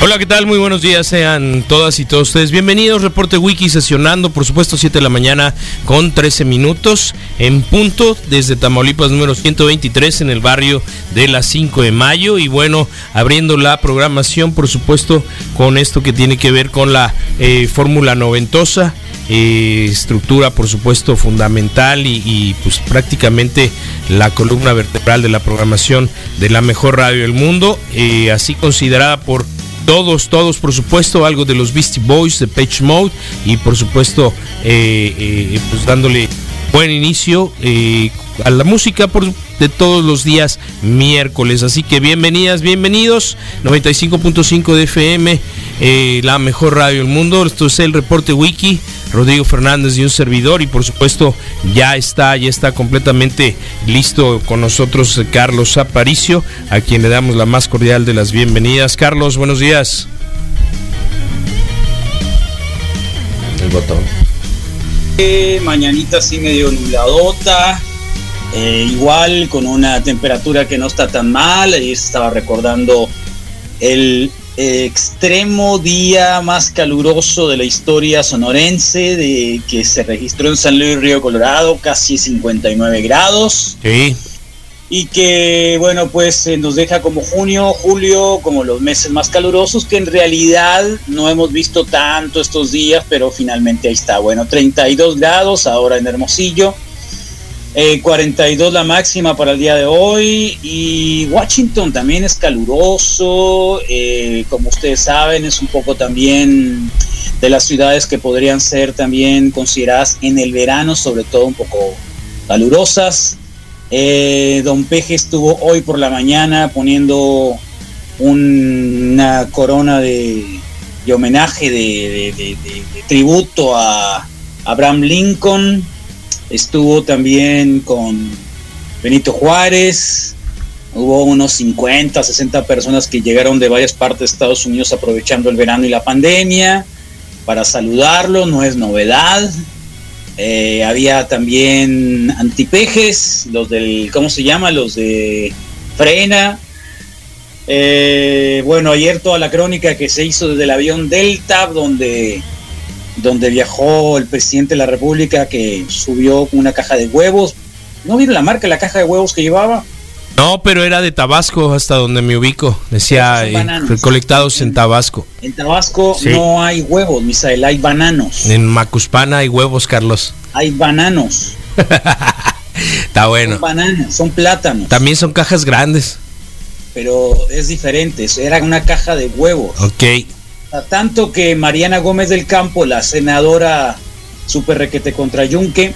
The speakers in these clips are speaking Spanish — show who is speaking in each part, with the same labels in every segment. Speaker 1: Hola, ¿qué tal? Muy buenos días, sean todas y todos ustedes. Bienvenidos, reporte Wiki sesionando, por supuesto, 7 de la mañana con 13 minutos en punto desde Tamaulipas número 123 en el barrio de las 5 de mayo. Y bueno, abriendo la programación, por supuesto, con esto que tiene que ver con la eh, fórmula noventosa. Eh, estructura por supuesto fundamental y, y, pues prácticamente la columna vertebral de la programación de la mejor radio del mundo, eh, así considerada por todos, todos, por supuesto, algo de los Beastie Boys, de Page Mode, y por supuesto, eh, eh, pues dándole buen inicio eh, a la música por, de todos los días miércoles. Así que bienvenidas, bienvenidos. 95.5 de FM, eh, la mejor radio del mundo. Esto es el reporte wiki. Rodrigo Fernández y un servidor y por supuesto ya está, ya está completamente listo con nosotros Carlos Aparicio, a quien le damos la más cordial de las bienvenidas. Carlos, buenos días.
Speaker 2: El botón.
Speaker 3: Eh, mañanita así medio nubladota, eh, igual con una temperatura que no está tan mal, ahí estaba recordando el extremo día más caluroso de la historia sonorense, de que se registró en San Luis Río Colorado, casi 59 grados.
Speaker 1: Sí.
Speaker 3: Y que, bueno, pues nos deja como junio, julio, como los meses más calurosos, que en realidad no hemos visto tanto estos días, pero finalmente ahí está. Bueno, 32 grados ahora en Hermosillo. Eh, 42 la máxima para el día de hoy y Washington también es caluroso, eh, como ustedes saben es un poco también de las ciudades que podrían ser también consideradas en el verano, sobre todo un poco calurosas. Eh, Don Peje estuvo hoy por la mañana poniendo una corona de, de homenaje, de, de, de, tributo a Abraham Lincoln estuvo también con Benito Juárez, hubo unos 50, 60 personas que llegaron de varias partes de Estados Unidos aprovechando el verano y la pandemia para saludarlo, no es novedad. Eh, había también antipejes, los del, ¿cómo se llama? Los de frena. Eh, bueno, ayer toda la crónica que se hizo desde el avión Delta, donde donde viajó el presidente de la República que subió una caja de huevos. ¿No vieron la marca, la caja de huevos que llevaba?
Speaker 1: No, pero era de Tabasco hasta donde me ubico. Decía eh, recolectados en, en, Tabasco.
Speaker 3: En Tabasco sí. no hay huevos, Misael, hay bananos.
Speaker 1: En Macuspana hay huevos, Carlos.
Speaker 3: Hay bananos.
Speaker 1: Está bueno.
Speaker 3: Son bananas, son plátanos.
Speaker 1: También son cajas grandes.
Speaker 3: Pero es diferente, era una caja de huevos.
Speaker 1: Ok
Speaker 3: Ah, tanto que Mariana Gómez del Campo, la senadora super requete contra Yunque,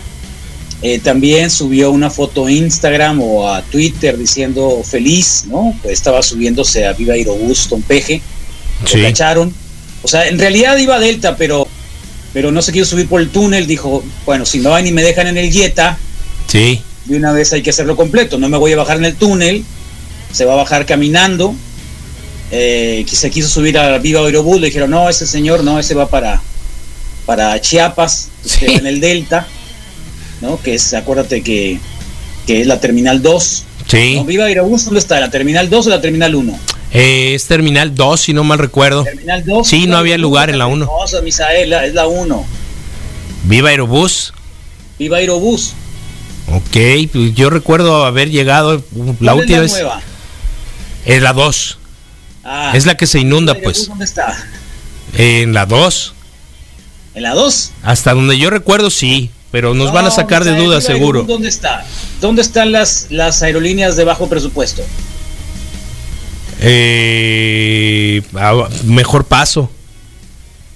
Speaker 3: eh, también subió una foto a Instagram o a Twitter diciendo feliz, ¿no? Pues estaba subiéndose a Viva Aerobús, Don Peje, sí. lo cacharon. O sea, en realidad iba a Delta, pero, pero no se quiso subir por el túnel, dijo, bueno, si no van y me dejan en el Yeta,
Speaker 1: sí.
Speaker 3: de una vez hay que hacerlo completo, no me voy a bajar en el túnel, se va a bajar caminando, eh, que se quiso subir a Viva Aerobús, le dijeron, no, ese señor, no, ese va para, para Chiapas, sí. en el Delta, ¿no? Que es, acuérdate que, que es la Terminal 2.
Speaker 1: Sí.
Speaker 3: No, Viva Aerobús, ¿dónde está? ¿La Terminal 2 o la Terminal 1?
Speaker 1: Eh, es Terminal 2, si no mal recuerdo.
Speaker 3: Terminal 2.
Speaker 1: Sí, no había lugar en la 1.
Speaker 3: No, Misael, es la 1.
Speaker 1: ¿Viva Aerobús?
Speaker 3: Viva Aerobús.
Speaker 1: Ok, pues yo recuerdo haber llegado uh, la última vez. Es la 2. Ah, es la que se inunda, pues.
Speaker 3: ¿Dónde está?
Speaker 1: En la 2.
Speaker 3: ¿En la 2?
Speaker 1: Hasta donde yo recuerdo, sí. Pero nos no, van a sacar de dudas, seguro.
Speaker 3: ¿Dónde está? ¿Dónde están las, las aerolíneas de bajo presupuesto?
Speaker 1: Eh, mejor paso.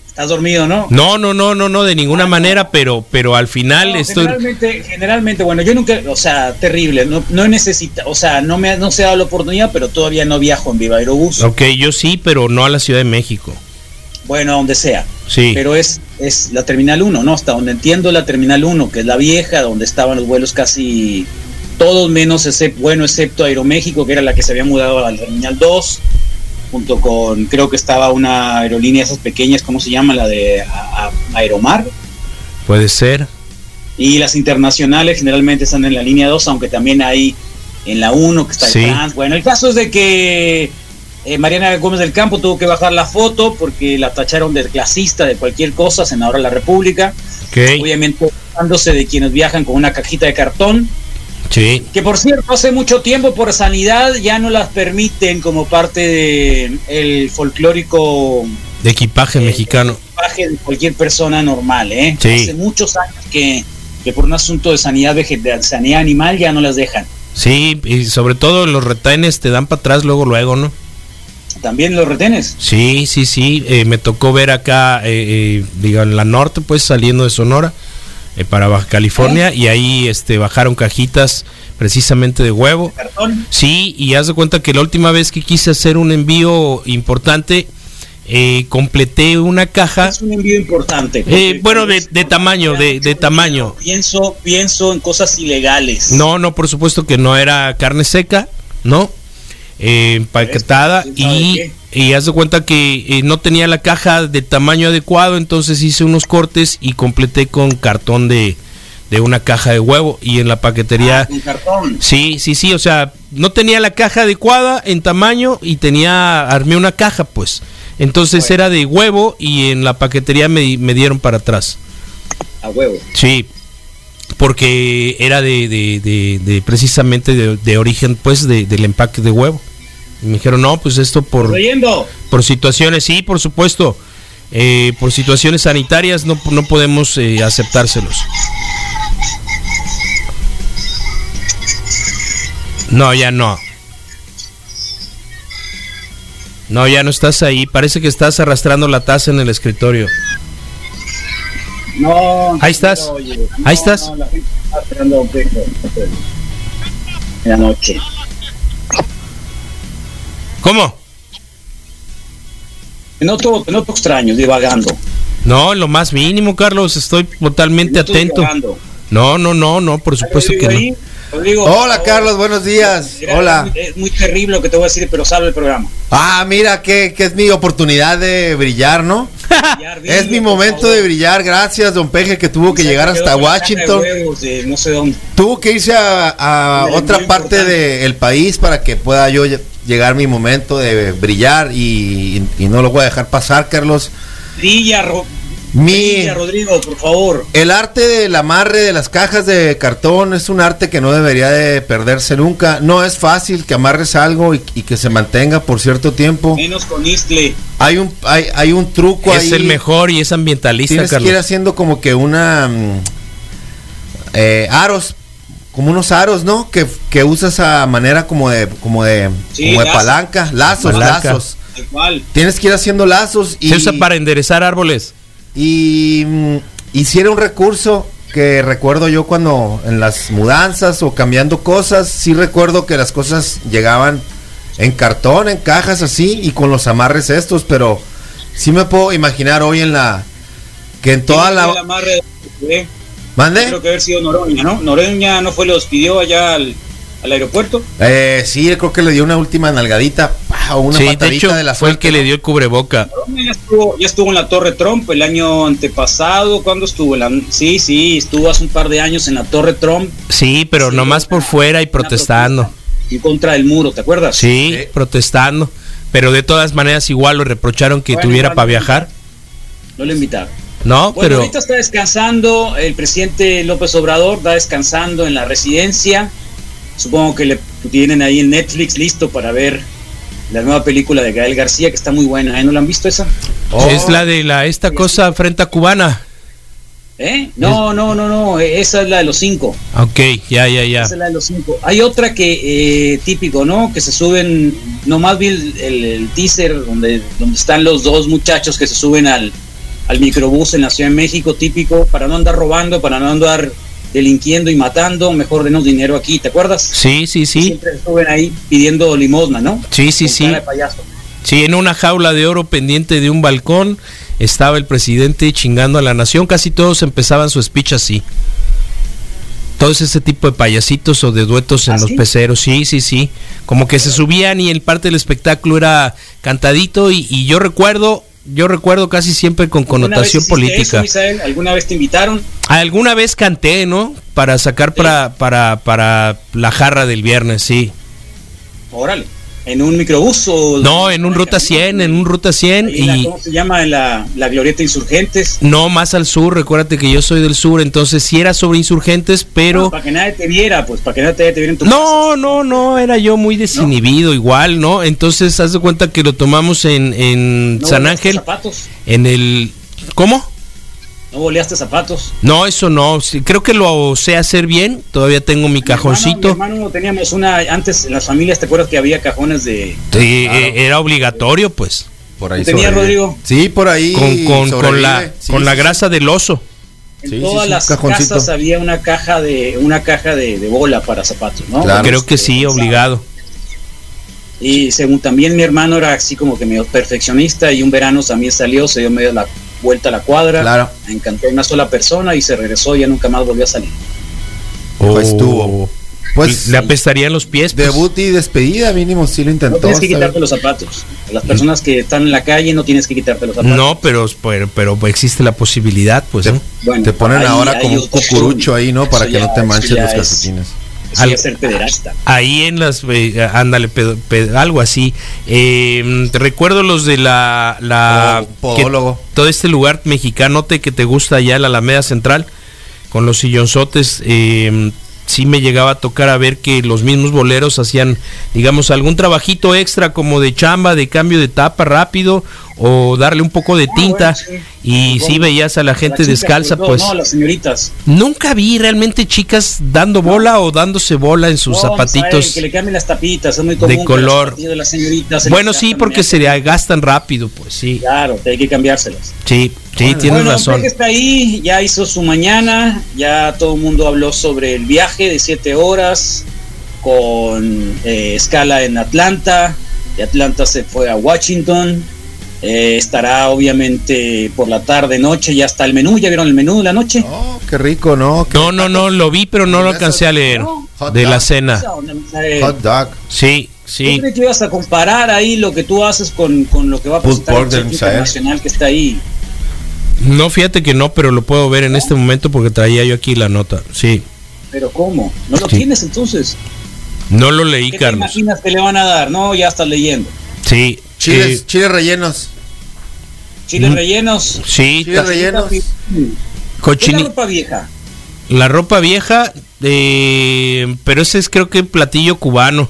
Speaker 3: Estás dormido, ¿no?
Speaker 1: No, no, no, no, no, de ninguna ah, manera, pero, pero al final no, estoy.
Speaker 3: Generalmente, generalmente, bueno, yo nunca, o sea, terrible, no, no necesita, o sea, no me no se ha dado la oportunidad, pero todavía no viajo en Viva Aerobús.
Speaker 1: Ok, yo sí, pero no a la Ciudad de México.
Speaker 3: Bueno, donde sea.
Speaker 1: Sí.
Speaker 3: Pero es, es la Terminal 1, ¿no? Hasta donde entiendo la Terminal 1, que es la vieja, donde estaban los vuelos casi todos menos, except, bueno, excepto Aeroméxico, que era la que se había mudado a la Terminal 2 junto con, creo que estaba una aerolínea, esas pequeñas, ¿cómo se llama? La de a, a Aeromar.
Speaker 1: Puede ser.
Speaker 3: Y las internacionales generalmente están en la línea 2, aunque también hay en la 1 que está sí. el trans. Bueno, el caso es de que Eh, Mariana Gómez del Campo tuvo que bajar la foto porque la tacharon de clasista, de cualquier cosa, senadora de la República.
Speaker 1: Okay.
Speaker 3: Obviamente, dándose de quienes viajan con una cajita de cartón.
Speaker 1: Sí.
Speaker 3: Que por cierto, hace mucho tiempo por sanidad ya no las permiten como parte del el folclórico
Speaker 1: de equipaje eh, mexicano.
Speaker 3: Equipaje de cualquier persona normal, ¿eh?
Speaker 1: Sí.
Speaker 3: Hace muchos años que, que, por un asunto de sanidad, de sanidad animal ya no las dejan.
Speaker 1: Sí, y sobre todo los retaines te dan para atrás luego, luego, ¿no?
Speaker 3: También los retenes.
Speaker 1: Sí, sí, sí. Eh, me tocó ver acá, eh, digo, en la norte, pues saliendo de Sonora eh, para Baja California y ahí este bajaron cajitas precisamente de huevo.
Speaker 3: Perdón.
Speaker 1: Sí, y haz de cuenta que la última vez que quise hacer un envío importante eh, completé una caja.
Speaker 3: Es un envío importante.
Speaker 1: Ah.
Speaker 3: pues,
Speaker 1: Eh, bueno, de, de, tamaño, de, de tamaño.
Speaker 3: Pienso, pienso en cosas ilegales.
Speaker 1: No, no, por supuesto que no era carne seca, ¿no? Eh, empaquetada y, y haz de cuenta que eh, no tenía la caja de tamaño adecuado, entonces hice unos cortes y completé con cartón de, de una caja de huevo y en la paquetería...
Speaker 3: Ah, con cartón.
Speaker 1: Sí, sí, sí, o sea, no tenía la caja adecuada en tamaño y tenía, armé una caja pues. Entonces bueno. era de huevo y en la paquetería me, me dieron para atrás.
Speaker 3: A huevo.
Speaker 1: Sí, porque era de, de, de, de precisamente de, origen pues del empaque de huevo y me dijeron no pues esto por por situaciones sí por supuesto eh, por situaciones sanitarias no, no podemos eh, aceptárselos no ya no no ya no estás ahí parece que estás arrastrando la taza en el escritorio
Speaker 3: no.
Speaker 1: Ahí estás. Oye, no, Ahí estás.
Speaker 3: No, la gente está esperando un pecho. En la noche.
Speaker 1: ¿Cómo?
Speaker 3: Te noto, te noto extraño, divagando.
Speaker 1: No, lo más mínimo, Carlos. Estoy totalmente atento. Divagando. No, no, no, no, por supuesto que ahí? no.
Speaker 2: Rodrigo, Hola Carlos, buenos días.
Speaker 3: Mira,
Speaker 2: Hola.
Speaker 3: Es muy terrible lo que te voy a decir, pero salve el programa.
Speaker 2: Ah, mira, que, que es mi oportunidad de brillar, ¿no? Brillar, es brillo, mi momento de brillar. Gracias, don Peje, que tuvo que Se llegar hasta Washington.
Speaker 3: Huevos, eh, no sé dónde.
Speaker 2: Tuvo que irse a, a otra parte del de país para que pueda yo llegar mi momento de brillar y, y no lo voy a dejar pasar, Carlos.
Speaker 3: Brilla, Ro
Speaker 2: mi,
Speaker 3: Rodrigo, por favor.
Speaker 2: El arte del amarre de las cajas de cartón es un arte que no debería de perderse nunca. No es fácil que amarres algo y, y que se mantenga por cierto tiempo.
Speaker 3: Menos con Istle.
Speaker 2: Hay un, hay, hay un truco
Speaker 1: es ahí. Es el mejor y es ambientalista,
Speaker 2: Tienes
Speaker 1: Carlos.
Speaker 2: que ir haciendo como que una... mm, Eh, aros, como unos aros, ¿no? Que, que, usas a manera como de, como de, sí, como de lazo. palanca. Lazos, palanca. lazos.
Speaker 3: Igual.
Speaker 2: Tienes que ir haciendo lazos y...
Speaker 1: Se usa para enderezar árboles.
Speaker 2: Y hiciera un recurso que recuerdo yo cuando en las mudanzas o cambiando cosas, sí recuerdo que las cosas llegaban en cartón, en cajas así y con los amarres estos, pero sí me puedo imaginar hoy en la que en toda la
Speaker 3: el amarre de... ¿eh?
Speaker 2: ¿Mande?
Speaker 3: Creo que haber sido Noroña, ¿no? Noroña no fue los pidió allá al al aeropuerto?
Speaker 2: Eh, sí, creo que le dio una última nalgadita o una
Speaker 1: sí, de, hecho, de la Fue el que le dio el cubreboca.
Speaker 3: Ya estuvo, ya estuvo en la Torre Trump el año antepasado. ¿Cuándo estuvo? La, sí, sí, estuvo hace un par de años en la Torre Trump.
Speaker 1: Sí, pero sí, nomás por fuera y protestando.
Speaker 3: Y contra el muro, ¿te acuerdas?
Speaker 1: Sí, sí, protestando. Pero de todas maneras, igual lo reprocharon que bueno, tuviera para viajar.
Speaker 3: No lo invitaron.
Speaker 1: No,
Speaker 3: bueno,
Speaker 1: pero.
Speaker 3: Ahorita está descansando, el presidente López Obrador está descansando en la residencia supongo que le tienen ahí en Netflix listo para ver la nueva película de Gael García que está muy buena. ¿eh? ¿No la han visto esa?
Speaker 1: Oh. Es la de la esta cosa frente a cubana.
Speaker 3: ¿Eh? No, no, no, no. eh, Esa es la de los cinco.
Speaker 1: Ok, ya, ya, ya.
Speaker 3: Esa es la de los cinco. Hay otra que eh, típico, ¿no? Que se suben. Nomás vi el, el, el, teaser donde, donde están los dos muchachos que se suben al, al microbús en la Ciudad de México, típico, para no andar robando, para no andar delinquiendo y matando, mejor denos dinero aquí, ¿te acuerdas?
Speaker 1: Sí, sí, sí.
Speaker 3: Siempre estuven ahí pidiendo limosna, ¿no?
Speaker 1: Sí, sí, Con sí.
Speaker 3: Cara de payaso.
Speaker 1: Sí, en una jaula de oro pendiente de un balcón estaba el presidente chingando a la nación, casi todos empezaban su speech así. Todos ese tipo de payasitos o de duetos en ¿Ah, los sí? peceros, sí, sí, sí. Como que se subían y el parte del espectáculo era cantadito y, y yo recuerdo yo recuerdo casi siempre con connotación política.
Speaker 3: Eso, ¿Alguna vez te invitaron?
Speaker 1: Alguna vez canté, ¿no? Para sacar para, para, para la jarra del viernes, sí.
Speaker 3: Órale. en un microbús o
Speaker 1: no en un ruta 100 en un ruta 100
Speaker 3: y, la, cómo se llama la, la glorieta insurgentes
Speaker 1: no más al sur recuérdate que yo soy del sur entonces sí era sobre insurgentes pero
Speaker 3: ah, para que nadie te viera pues para que nadie te viera en tu
Speaker 1: no casa. no no era yo muy desinhibido ¿No? igual no entonces haz de cuenta que lo tomamos en, en
Speaker 3: ¿No
Speaker 1: San Ángel
Speaker 3: zapatos?
Speaker 1: en el cómo
Speaker 3: ¿No boleaste zapatos?
Speaker 1: No, eso no. Sí, creo que lo sé hacer bien. Todavía tengo mi, mi cajoncito.
Speaker 3: Hermano, mi hermano, teníamos una. Antes en las familias, ¿te acuerdas que había cajones de.
Speaker 1: Sí, claro. era obligatorio, pues.
Speaker 2: Por ahí
Speaker 3: ¿Tenía Rodrigo?
Speaker 2: Sí, por ahí.
Speaker 1: Con, con, con la, sí, con sí, la grasa del oso.
Speaker 3: En todas las cajoncito. casas había una caja de una caja de, de bola para zapatos, ¿no? Este,
Speaker 1: Claro. Creo que sí, obligado.
Speaker 3: Y según también mi hermano era así como que medio perfeccionista y un verano también salió, se dio medio la vuelta a la cuadra.
Speaker 1: Claro.
Speaker 3: Encantó a una sola persona y se regresó y ya nunca más volvió a salir.
Speaker 1: Oh. Pues estuvo. Pues le apestarían los pies. Pues.
Speaker 2: Debut y despedida, mínimo, si sí lo intentó. No
Speaker 3: tienes que quitarte ¿sabes? los zapatos. Las personas que están en la calle no tienes que quitarte los zapatos.
Speaker 1: No, pero, pero, pero existe la posibilidad, pues.
Speaker 2: Te,
Speaker 1: ¿no?
Speaker 2: bueno, te ponen ahí, ahora ahí como un cucurucho ahí, ¿no? Para ya, que no te manches los calcetines.
Speaker 3: Al,
Speaker 1: ahí en las eh, ándale pedo, pedo, algo así eh, te recuerdo los de la, la
Speaker 2: podólogo
Speaker 1: todo este lugar mexicano te, que te gusta allá la Alameda Central con los sillonzotes eh, sí me llegaba a tocar a ver que los mismos boleros hacían digamos algún trabajito extra como de chamba de cambio de tapa rápido o darle un poco de tinta ah, bueno, sí. y bueno, si sí veías a la gente la descalza
Speaker 3: no,
Speaker 1: pues
Speaker 3: no, las señoritas.
Speaker 1: nunca vi realmente chicas dando bola no. o dándose bola en sus zapatitos
Speaker 3: sabe, que le cambien las tapitas es muy común
Speaker 1: de color
Speaker 3: de las señoritas
Speaker 1: bueno sí porque se le gastan rápido pues sí
Speaker 3: claro te hay que cambiárselas
Speaker 1: sí sí bueno, este tienes razón
Speaker 3: está ahí ya hizo su mañana ya todo el mundo habló sobre el viaje de siete horas con eh, escala en Atlanta de Atlanta se fue a Washington eh, estará obviamente por la tarde, noche, ya está el menú. ¿Ya vieron el menú de la noche?
Speaker 2: Oh, qué rico, ¿no? Qué
Speaker 1: no, no, no, lo vi, pero no lo alcancé a leer. No. De dog. la cena.
Speaker 2: Hot dog.
Speaker 1: Sí, sí.
Speaker 3: ¿Tú eh, que ibas a comparar ahí lo que tú haces con, con lo que va a presentar el del internacional que está ahí?
Speaker 1: No, fíjate que no, pero lo puedo ver en ¿No? este momento porque traía yo aquí la nota. Sí.
Speaker 3: ¿Pero cómo? ¿No lo sí. tienes entonces?
Speaker 1: No lo leí,
Speaker 3: ¿Qué
Speaker 1: Carlos.
Speaker 3: ¿Qué te imaginas que le van a dar? No, ya estás leyendo.
Speaker 1: Sí,
Speaker 2: Chiles, eh, chiles rellenos.
Speaker 1: Mm.
Speaker 3: Chiles rellenos.
Speaker 1: Sí,
Speaker 2: chiles rellenos.
Speaker 3: Cochini. La ropa vieja.
Speaker 1: La ropa vieja, eh, pero ese es creo que platillo cubano.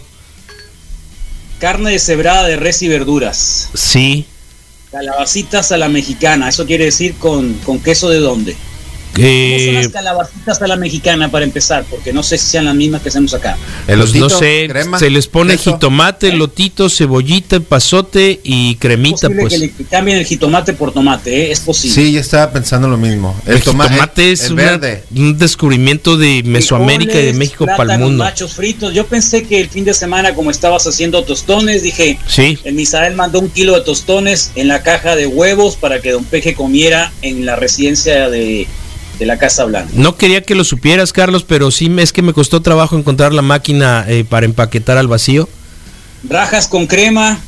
Speaker 3: Carne deshebrada de res y verduras.
Speaker 1: Sí.
Speaker 3: Calabacitas a la mexicana, eso quiere decir con, con queso de dónde.
Speaker 1: Eh,
Speaker 3: ¿Cómo son las calabacitas a la mexicana para empezar? Porque no sé si sean las mismas que hacemos acá.
Speaker 1: El pues lotito, no sé, crema, se les pone queso. jitomate, lotito, cebollita, pasote y cremita.
Speaker 3: Es
Speaker 1: pues.
Speaker 3: que le cambien el jitomate por tomate, ¿eh? es posible.
Speaker 2: Sí, yo estaba pensando lo mismo.
Speaker 1: El, el tomate, jitomate es, es una, verde. un descubrimiento de Mesoamérica Frijoles, y de México para el mundo.
Speaker 3: Machos fritos. Yo pensé que el fin de semana, como estabas haciendo tostones, dije,
Speaker 1: sí.
Speaker 3: el Misael mandó un kilo de tostones en la caja de huevos para que don Peje comiera en la residencia de de la Casa Blanca.
Speaker 1: No quería que lo supieras, Carlos, pero sí es que me costó trabajo encontrar la máquina eh, para empaquetar al vacío.
Speaker 3: Rajas con crema.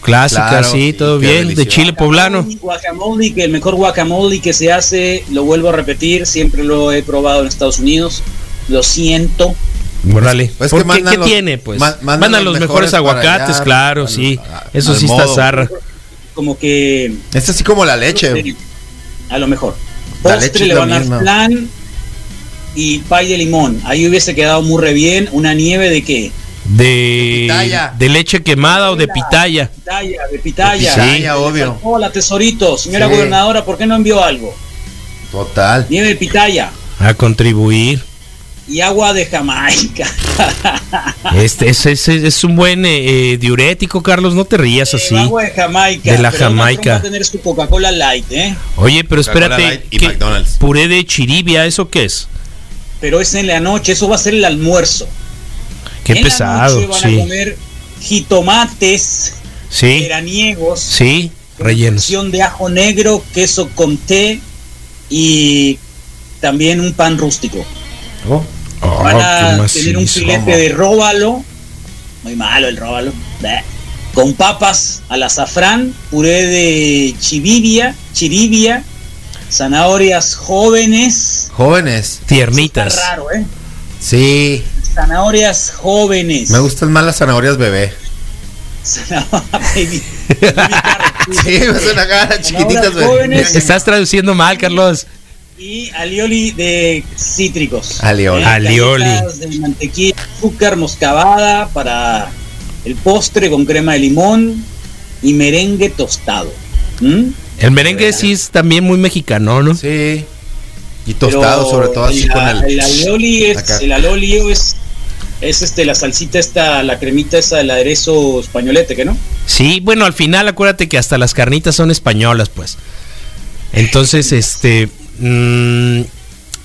Speaker 1: Clásica, claro, sí, todo bien, delicioso. de chile poblano.
Speaker 3: Guacamole, que el mejor guacamole que se hace, lo vuelvo a repetir, siempre lo he probado en Estados Unidos, lo siento.
Speaker 1: Morale. Pues ¿Por qué, ¿Qué los, tiene? Pues mandan, mandan los, los, mejores, mejores aguacates, allá, claro, al, sí. Al, eso al sí modo. está zarra.
Speaker 3: Como que.
Speaker 2: Es así Este como la leche.
Speaker 3: A lo mejor postre le van a dar flan y pay de limón. Ahí hubiese quedado muy re bien. ¿Una nieve de qué?
Speaker 1: De, de, de leche quemada de o de pitaya.
Speaker 3: pitaya de pitaya.
Speaker 2: pitaya sí, obvio.
Speaker 3: Hola, tesorito. Señora sí. gobernadora, ¿por qué no envió algo?
Speaker 2: Total.
Speaker 3: Nieve de pitaya.
Speaker 1: A contribuir.
Speaker 3: Y agua de Jamaica.
Speaker 1: este es, es, es, un buen eh, diurético, Carlos. No te rías así. Eh,
Speaker 3: agua de Jamaica.
Speaker 1: De la Jamaica.
Speaker 3: Va a tener su Coca-Cola Light, ¿eh?
Speaker 1: Oye, pero espérate.
Speaker 2: Y McDonald's.
Speaker 1: Puré de chiribia, ¿eso qué es?
Speaker 3: Pero es en la noche, eso va a ser el almuerzo.
Speaker 1: Qué en pesado.
Speaker 3: La noche van sí. a comer jitomates.
Speaker 1: Sí.
Speaker 3: Veraniegos.
Speaker 1: Sí, rellenos.
Speaker 3: de ajo negro, queso con té y también un pan rústico.
Speaker 1: Oh. Oh,
Speaker 3: van a tener un filete ¿Cómo? de róbalo, muy malo el róbalo, bleh, con papas al azafrán, puré de chiribia, chiribia, zanahorias jóvenes.
Speaker 2: Jóvenes.
Speaker 1: Tiernitas.
Speaker 3: Está raro, ¿eh?
Speaker 2: Sí.
Speaker 3: Zanahorias jóvenes.
Speaker 2: Me gustan más las zanahorias bebé.
Speaker 3: Sonaba baby.
Speaker 2: Sí, me suena cara, chiquititas, güey.
Speaker 3: jóvenes.
Speaker 1: Eh, Estás traduciendo mal, Carlos.
Speaker 3: Y alioli de cítricos.
Speaker 2: Alioli.
Speaker 1: Alioli.
Speaker 3: galletas De mantequilla, azúcar, moscabada para el postre con crema de limón y merengue tostado. ¿Mm?
Speaker 1: El merengue sí es también muy mexicano, ¿no?
Speaker 2: Sí. Y tostado,
Speaker 3: Pero
Speaker 2: sobre todo así
Speaker 3: la-
Speaker 2: con el.
Speaker 3: el alioli es,
Speaker 2: acá.
Speaker 3: el alioli es, es este la salsita esta, la cremita esa del aderezo españolete, que no?
Speaker 1: Sí, bueno, al final acuérdate que hasta las carnitas son españolas, pues. Entonces, este. mm,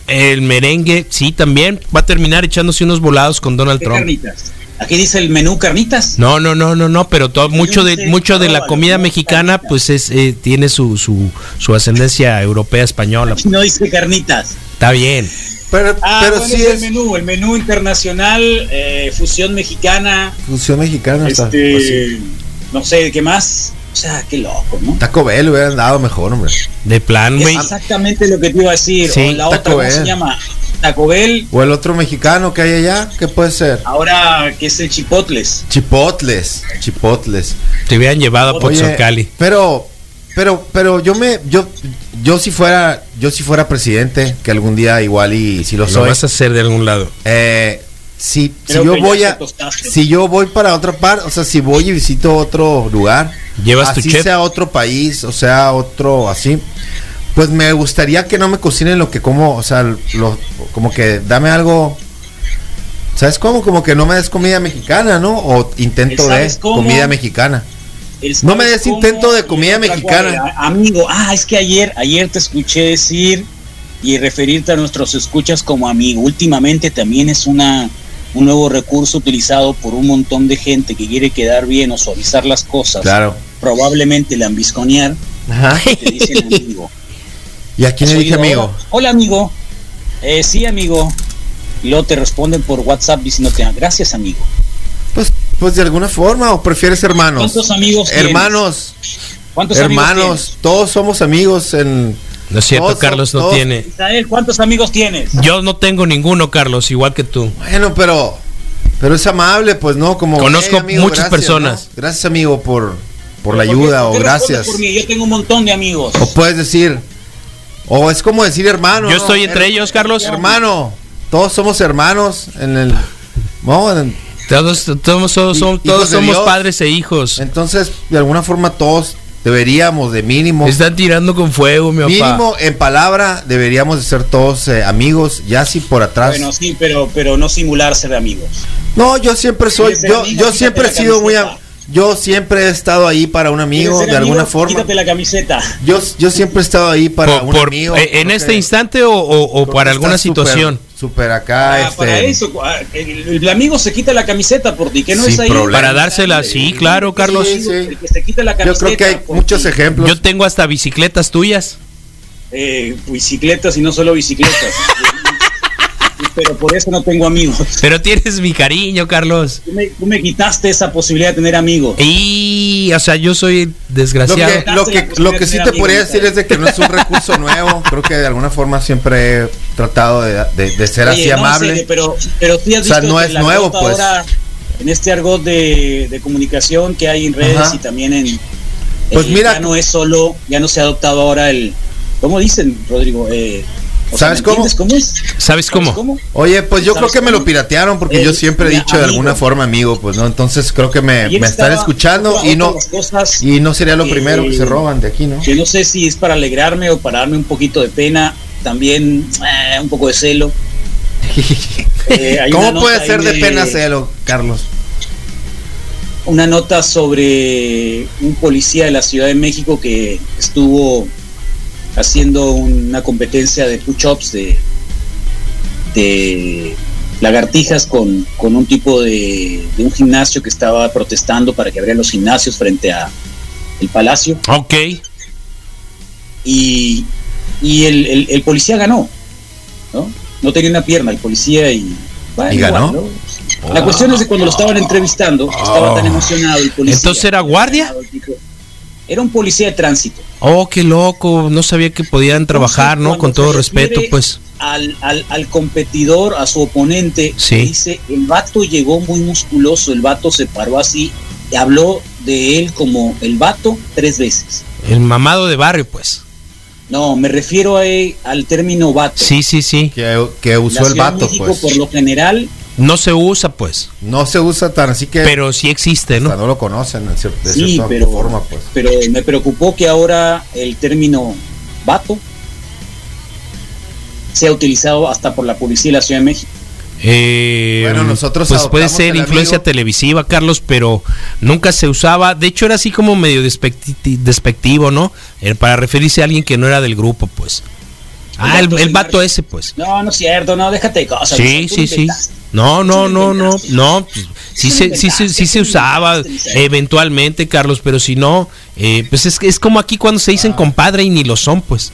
Speaker 1: el merengue, sí, también va a terminar echándose unos volados con Donald
Speaker 3: ¿Qué
Speaker 1: Trump.
Speaker 3: carnitas? Aquí dice el menú carnitas.
Speaker 1: No, no, no, no, no, pero todo,
Speaker 3: Yo
Speaker 1: mucho
Speaker 3: no
Speaker 1: de
Speaker 3: sé,
Speaker 1: mucho de
Speaker 3: no,
Speaker 1: la
Speaker 3: no,
Speaker 1: comida
Speaker 3: no,
Speaker 1: mexicana,
Speaker 3: carnitas.
Speaker 1: pues es eh, tiene su, su su ascendencia europea española.
Speaker 3: No dice carnitas.
Speaker 1: Está bien.
Speaker 2: Pero,
Speaker 3: Ah,
Speaker 2: pero
Speaker 3: bueno,
Speaker 2: sí
Speaker 3: es el
Speaker 2: es.
Speaker 3: menú, el menú internacional, eh, fusión mexicana,
Speaker 2: Fusión mexicana está. pues sí.
Speaker 3: este, no sé, ¿qué más? O sea, qué loco, ¿no?
Speaker 2: Taco Bell hubieran dado mejor, hombre.
Speaker 1: De plan, güey.
Speaker 3: Es exactamente lo que te iba a decir.
Speaker 1: Sí,
Speaker 3: o la
Speaker 2: Taco
Speaker 3: otra, ¿cómo se
Speaker 2: Bell.
Speaker 3: llama? Taco Bell,
Speaker 2: O el otro mexicano que hay allá, ¿qué puede ser?
Speaker 3: ahora que es el Chipotles.
Speaker 2: Chipotles, chipotles.
Speaker 1: Te hubieran llevado a
Speaker 2: Oye,
Speaker 1: Pozzucali.
Speaker 2: Pero, pero, pero yo me, yo, yo si fuera, yo si fuera presidente, que algún día igual y si lo
Speaker 1: Lo
Speaker 2: soy,
Speaker 1: vas a hacer de algún lado.
Speaker 2: eh, si, si
Speaker 3: Creo
Speaker 2: yo
Speaker 3: que ya
Speaker 2: voy
Speaker 3: te
Speaker 2: a,
Speaker 3: tostaste.
Speaker 2: si yo voy para otra parte, o sea, si voy y visito otro lugar,
Speaker 1: Llevas tu
Speaker 2: así
Speaker 1: chef.
Speaker 2: sea otro país, o sea, otro así, pues me gustaría que no me cocinen lo que como, o sea, lo, como que dame algo. ¿Sabes cómo? Como que no me des comida mexicana, ¿no? O intento de
Speaker 3: ¿Sabes cómo?
Speaker 2: comida mexicana.
Speaker 3: El
Speaker 2: No me
Speaker 3: sabes
Speaker 2: des
Speaker 3: cómo
Speaker 2: intento de
Speaker 3: y
Speaker 2: comida
Speaker 3: otra
Speaker 2: mexicana.
Speaker 3: cuadra. Amigo, ah, es que ayer, ayer te escuché decir y referirte a nuestros escuchas como amigo. Últimamente también es una un nuevo recurso utilizado por un montón de gente que quiere quedar bien o suavizar las cosas.
Speaker 2: Claro.
Speaker 3: Probablemente lambisconear,
Speaker 2: Ajá.
Speaker 3: te dicen amigo.
Speaker 2: ¿Y a quién le
Speaker 3: Has
Speaker 2: dije
Speaker 3: oído
Speaker 2: amigo?
Speaker 3: ahora, Hola amigo. Eh, sí amigo. Y Luego te responden por WhatsApp diciéndote "Ah, gracias amigo.
Speaker 2: Pues, pues de alguna forma, o prefieres hermanos.
Speaker 3: ¿Cuántos amigos tienes?
Speaker 2: Hermanos,
Speaker 3: ¿Cuántos amigos
Speaker 2: hermanos,
Speaker 3: tienes?
Speaker 2: todos somos amigos en.
Speaker 1: No es cierto,
Speaker 2: Todos son-
Speaker 1: Carlos no
Speaker 2: todos-
Speaker 1: tiene.
Speaker 3: Israel, ¿cuántos amigos tienes?
Speaker 1: Yo no tengo ninguno, Carlos, igual que tú.
Speaker 2: Bueno, pero. Pero es amable, pues, ¿no? Como.
Speaker 1: Conozco muchas
Speaker 2: gracias,
Speaker 1: personas.
Speaker 2: ¿no? Gracias, amigo, por, por la
Speaker 3: ¿Por qué-
Speaker 2: ayuda,
Speaker 3: por
Speaker 2: o
Speaker 3: qué respondes
Speaker 2: gracias. Oh,
Speaker 3: por mí? Yo tengo un montón de amigos.
Speaker 2: O puedes decir. O es como decir hermano.
Speaker 1: Yo
Speaker 2: ¿no?
Speaker 1: estoy entre
Speaker 2: Her-
Speaker 1: ellos, Carlos.
Speaker 2: Hermano, todos somos hermanos en el. no, en-
Speaker 1: Todos, todos, todos,
Speaker 2: Hi-
Speaker 1: son-
Speaker 2: hijos
Speaker 1: todos
Speaker 2: de
Speaker 1: somos
Speaker 2: Dios.
Speaker 1: padres e hijos.
Speaker 2: entonces, de alguna forma, todos deberíamos, de mínimo.
Speaker 1: Me Están tirando con fuego, mi papá.
Speaker 2: Mínimo en palabra deberíamos de ser todos eh, amigos, ya si por atrás.
Speaker 3: Bueno, sí, pero, pero no simular ser amigos.
Speaker 2: no, yo siempre soy,
Speaker 3: Quieres ser
Speaker 2: yo,
Speaker 3: amigo,
Speaker 2: yo
Speaker 3: quítate
Speaker 2: siempre he
Speaker 3: la
Speaker 2: sido muy,
Speaker 3: camiseta.
Speaker 2: am- yo siempre he estado ahí para un
Speaker 3: ¿Quieres
Speaker 2: amigo
Speaker 3: ser
Speaker 2: de alguna
Speaker 3: amigo?
Speaker 2: forma.
Speaker 3: Quítate la camiseta.
Speaker 2: Yo, yo siempre he estado ahí para
Speaker 1: Por-
Speaker 2: un
Speaker 1: por-
Speaker 2: amigo.
Speaker 1: eh, en
Speaker 2: creo
Speaker 1: este
Speaker 2: que-
Speaker 1: instante o, o- o
Speaker 2: creo que
Speaker 1: para alguna
Speaker 2: está súper-
Speaker 1: situación.
Speaker 2: Súper acá,
Speaker 3: Ah,
Speaker 2: este,
Speaker 3: para eso, ah, el, el amigo se quita la camiseta por ti, que no
Speaker 2: Sin
Speaker 3: es ahí.
Speaker 2: problema.
Speaker 1: Para dársela, sí, claro, Carlos.
Speaker 2: Sí, sí.
Speaker 3: El que se quita la
Speaker 2: Yo
Speaker 3: camiseta
Speaker 2: creo que hay
Speaker 3: por
Speaker 2: muchos
Speaker 3: ti.
Speaker 2: ejemplos.
Speaker 1: Yo tengo hasta bicicletas tuyas.
Speaker 3: Eh, bicicletas y no solo bicicletas. pero por eso no tengo amigos.
Speaker 1: Pero tienes mi cariño, Carlos.
Speaker 3: Tú me, tú me quitaste esa posibilidad de tener amigos.
Speaker 1: Y, o sea, yo soy
Speaker 2: lo
Speaker 1: desgraciado.
Speaker 2: que, lo que, lo que sí te podría decir es de que no es un recurso nuevo. Creo que de alguna forma siempre he tratado de, de- de ser
Speaker 3: Oye, no,
Speaker 2: así
Speaker 3: en
Speaker 2: amable.
Speaker 3: serio, pero, pero sí has
Speaker 2: O sea,
Speaker 3: visto
Speaker 2: no
Speaker 3: que
Speaker 2: es
Speaker 3: el
Speaker 2: nuevo,
Speaker 3: argot
Speaker 2: pues.
Speaker 3: ahora, en este argot de, de comunicación que hay en redes
Speaker 2: Ajá.
Speaker 3: y también en.
Speaker 2: Pues
Speaker 3: eh,
Speaker 2: mira-
Speaker 3: Ya no es solo. Ya no se ha adoptado ahora el. ¿Cómo dicen, Rodrigo? Eh, o
Speaker 2: ¿Sabes
Speaker 3: ¿me
Speaker 2: cómo?
Speaker 3: entiendes? ¿Cómo es?
Speaker 1: ¿Sabes cómo?
Speaker 2: Oye, pues yo creo
Speaker 3: ¿Sabes
Speaker 2: que me lo
Speaker 3: cómo?
Speaker 2: piratearon porque
Speaker 3: Eh,
Speaker 2: yo siempre he
Speaker 3: mira,
Speaker 2: dicho de
Speaker 3: amigo.
Speaker 2: alguna forma amigo, pues no, entonces creo que me,
Speaker 3: Ayer
Speaker 2: me están
Speaker 3: estaba-
Speaker 2: escuchando
Speaker 3: otra-
Speaker 2: y no
Speaker 3: otra de las cosas
Speaker 2: y no sería lo
Speaker 3: que-
Speaker 2: primero que se roban de aquí, ¿no?
Speaker 3: que no sé si es para alegrarme o para darme un poquito de pena, también eh, un poco de celo. Eh, hay una
Speaker 2: ¿Cómo
Speaker 3: nota
Speaker 2: puede
Speaker 3: ahí
Speaker 2: ser de pena celo, Carlos?
Speaker 3: Una nota sobre un policía de la Ciudad de México que estuvo haciendo una competencia de push-ups de, de lagartijas con, con un tipo de, de un gimnasio que estaba protestando para que abrieran los gimnasios frente a el palacio
Speaker 1: Ok.
Speaker 3: y, y el, el- el policía ganó. ¿no? no tenía una pierna el policía y, bueno,
Speaker 2: ¿Y ganó? Oh.
Speaker 3: igual, ¿no? La cuestión es de cuando lo estaban entrevistando, estaba tan emocionado el policía.
Speaker 1: ¿Entonces era guardia?
Speaker 3: Era un policía de tránsito.
Speaker 1: Oh, qué loco. No sabía que podían trabajar, ¿no?
Speaker 3: Entonces,
Speaker 1: Con todo
Speaker 3: cuando se refiere
Speaker 1: respeto, pues.
Speaker 3: Al, al, al competidor, a su oponente,
Speaker 1: Sí.
Speaker 3: dice, el vato llegó muy musculoso, el vato se paró así habló de él como el vato tres veces.
Speaker 1: El mamado de barrio, pues.
Speaker 3: No, me refiero a- al término vato.
Speaker 1: Sí, sí, sí.
Speaker 2: Que, que
Speaker 3: La
Speaker 2: usó el
Speaker 3: Ciudad de
Speaker 2: vato,
Speaker 3: México,
Speaker 2: pues.
Speaker 3: Por lo general,
Speaker 1: No se usa, pues.
Speaker 2: No se usa tan así que
Speaker 1: Pero sí existe,
Speaker 2: hasta
Speaker 1: ¿no?
Speaker 2: no lo conocen en cier- de
Speaker 3: sí,
Speaker 2: cierta
Speaker 3: pero,
Speaker 2: forma, pues.
Speaker 3: pero me preocupó que ahora el término vato sea utilizado hasta por la policía de la Ciudad de México.
Speaker 1: Eh,
Speaker 2: Bueno, nosotros
Speaker 1: pues puede
Speaker 2: adoptamos
Speaker 1: ser
Speaker 2: el
Speaker 1: influencia
Speaker 2: amigo.
Speaker 1: televisiva, Carlos, pero nunca se usaba. De hecho, era así como medio despecti- despectivo, ¿no? Eh, para referirse a alguien que no era del grupo, pues. Ah, el,
Speaker 3: vato
Speaker 1: el
Speaker 3: sin
Speaker 1: vato
Speaker 3: margen.
Speaker 1: ese, pues.
Speaker 3: No, no es cierto, no, déjate de cosas.
Speaker 1: Sí,
Speaker 3: Luis, tú
Speaker 1: sí,
Speaker 3: lo
Speaker 1: sí.
Speaker 3: inventaste.
Speaker 1: No, no,
Speaker 3: Tú
Speaker 1: no,
Speaker 3: lo
Speaker 1: no,
Speaker 3: inventaste.
Speaker 1: no. pues, Sí se, sí,
Speaker 3: Tú lo
Speaker 1: se, sí
Speaker 3: inventaste,
Speaker 1: se
Speaker 3: tú lo
Speaker 1: usaba
Speaker 3: inventaste.
Speaker 1: eventualmente, Carlos, pero si no, eh, pues es, que- es como aquí cuando se dicen compadre y ni lo son, pues.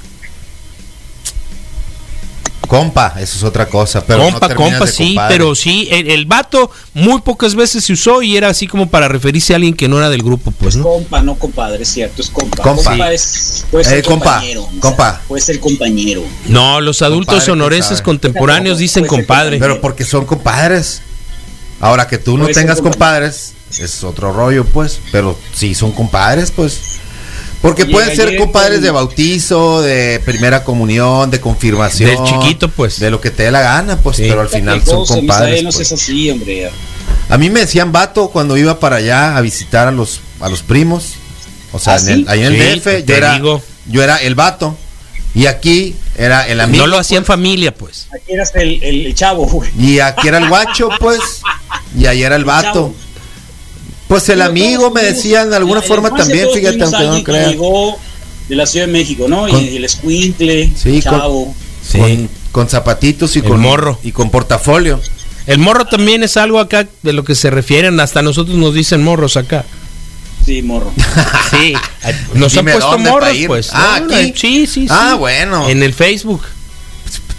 Speaker 2: Compa, eso es otra cosa. Pero no
Speaker 1: compa,
Speaker 2: terminas
Speaker 1: compa,
Speaker 2: de
Speaker 1: sí,
Speaker 2: compadre.
Speaker 1: pero sí, el, el vato muy pocas veces se usó y era así como para referirse a alguien que no era del grupo, pues, ¿no?
Speaker 3: Compa, no compadre, es cierto, es compa.
Speaker 2: Compa.
Speaker 3: es, puede
Speaker 2: Eh,
Speaker 3: ser
Speaker 2: compa,
Speaker 3: compañero. o sea,
Speaker 2: compa.
Speaker 3: Puede ser compañero.
Speaker 1: No, los adultos
Speaker 2: Compadre, ¿quién
Speaker 1: sonorenses
Speaker 2: sabe?
Speaker 1: contemporáneos dicen
Speaker 3: Puede ser
Speaker 1: compadre.
Speaker 2: Pero porque son compadres. Ahora que tú no
Speaker 3: Puede ser
Speaker 2: tengas
Speaker 3: compadre.
Speaker 2: compadres, es otro rollo, pues. Pero si son compadres, pues. Porque
Speaker 3: Oye,
Speaker 2: pueden ser
Speaker 3: ayer
Speaker 2: compadres
Speaker 3: con-
Speaker 2: de bautizo, de primera comunión, de confirmación.
Speaker 1: Del chiquito, pues.
Speaker 2: De lo que te dé la gana, pues.
Speaker 1: Sí.
Speaker 2: Pero al final
Speaker 3: Qué
Speaker 2: son
Speaker 3: cosa,
Speaker 2: compadres.
Speaker 3: Misael, no
Speaker 2: pues.
Speaker 3: seas así, hombre.
Speaker 2: A mí me decían vato cuando iba para allá a visitar a los, a los primos. O sea,
Speaker 3: ¿Ah,
Speaker 2: en
Speaker 3: sí?
Speaker 2: el- ahí en el
Speaker 1: Sí,
Speaker 2: DF,
Speaker 1: te
Speaker 2: yo era,
Speaker 1: digo.
Speaker 2: yo era el vato. Y aquí era el amigo.
Speaker 1: No lo hacían familia, pues.
Speaker 3: Aquí eras el, el, el chavo, güey.
Speaker 2: Y aquí era el guacho, pues. Y ahí era el vato.
Speaker 3: Chavo.
Speaker 2: Pues el
Speaker 3: Pero
Speaker 2: amigo
Speaker 3: todos
Speaker 2: me
Speaker 3: tuvimos-
Speaker 2: decían de alguna
Speaker 3: en la
Speaker 2: forma
Speaker 3: infancia
Speaker 2: también,
Speaker 3: todos
Speaker 2: fíjate,
Speaker 3: tuvimos
Speaker 2: aunque no
Speaker 3: alguien que
Speaker 2: crean.
Speaker 3: llegó de la Ciudad de México, ¿no?
Speaker 2: Con-
Speaker 3: y el escuincle,
Speaker 2: Sí, con-
Speaker 3: chavo.
Speaker 1: Sí.
Speaker 2: Con, con zapatitos y
Speaker 1: El
Speaker 2: con
Speaker 1: morro.
Speaker 2: Y con portafolio.
Speaker 1: El morro también es algo acá de lo que se refieren, hasta nosotros nos dicen morros acá.
Speaker 3: Sí, morro.
Speaker 1: Sí, nos han
Speaker 2: Dime
Speaker 1: puesto
Speaker 2: dónde
Speaker 1: morros,
Speaker 2: para ir.
Speaker 1: pues.
Speaker 2: Ah,
Speaker 1: No,
Speaker 2: aquí.
Speaker 1: Sí, sí, sí.
Speaker 2: Ah, bueno.
Speaker 1: En el Facebook.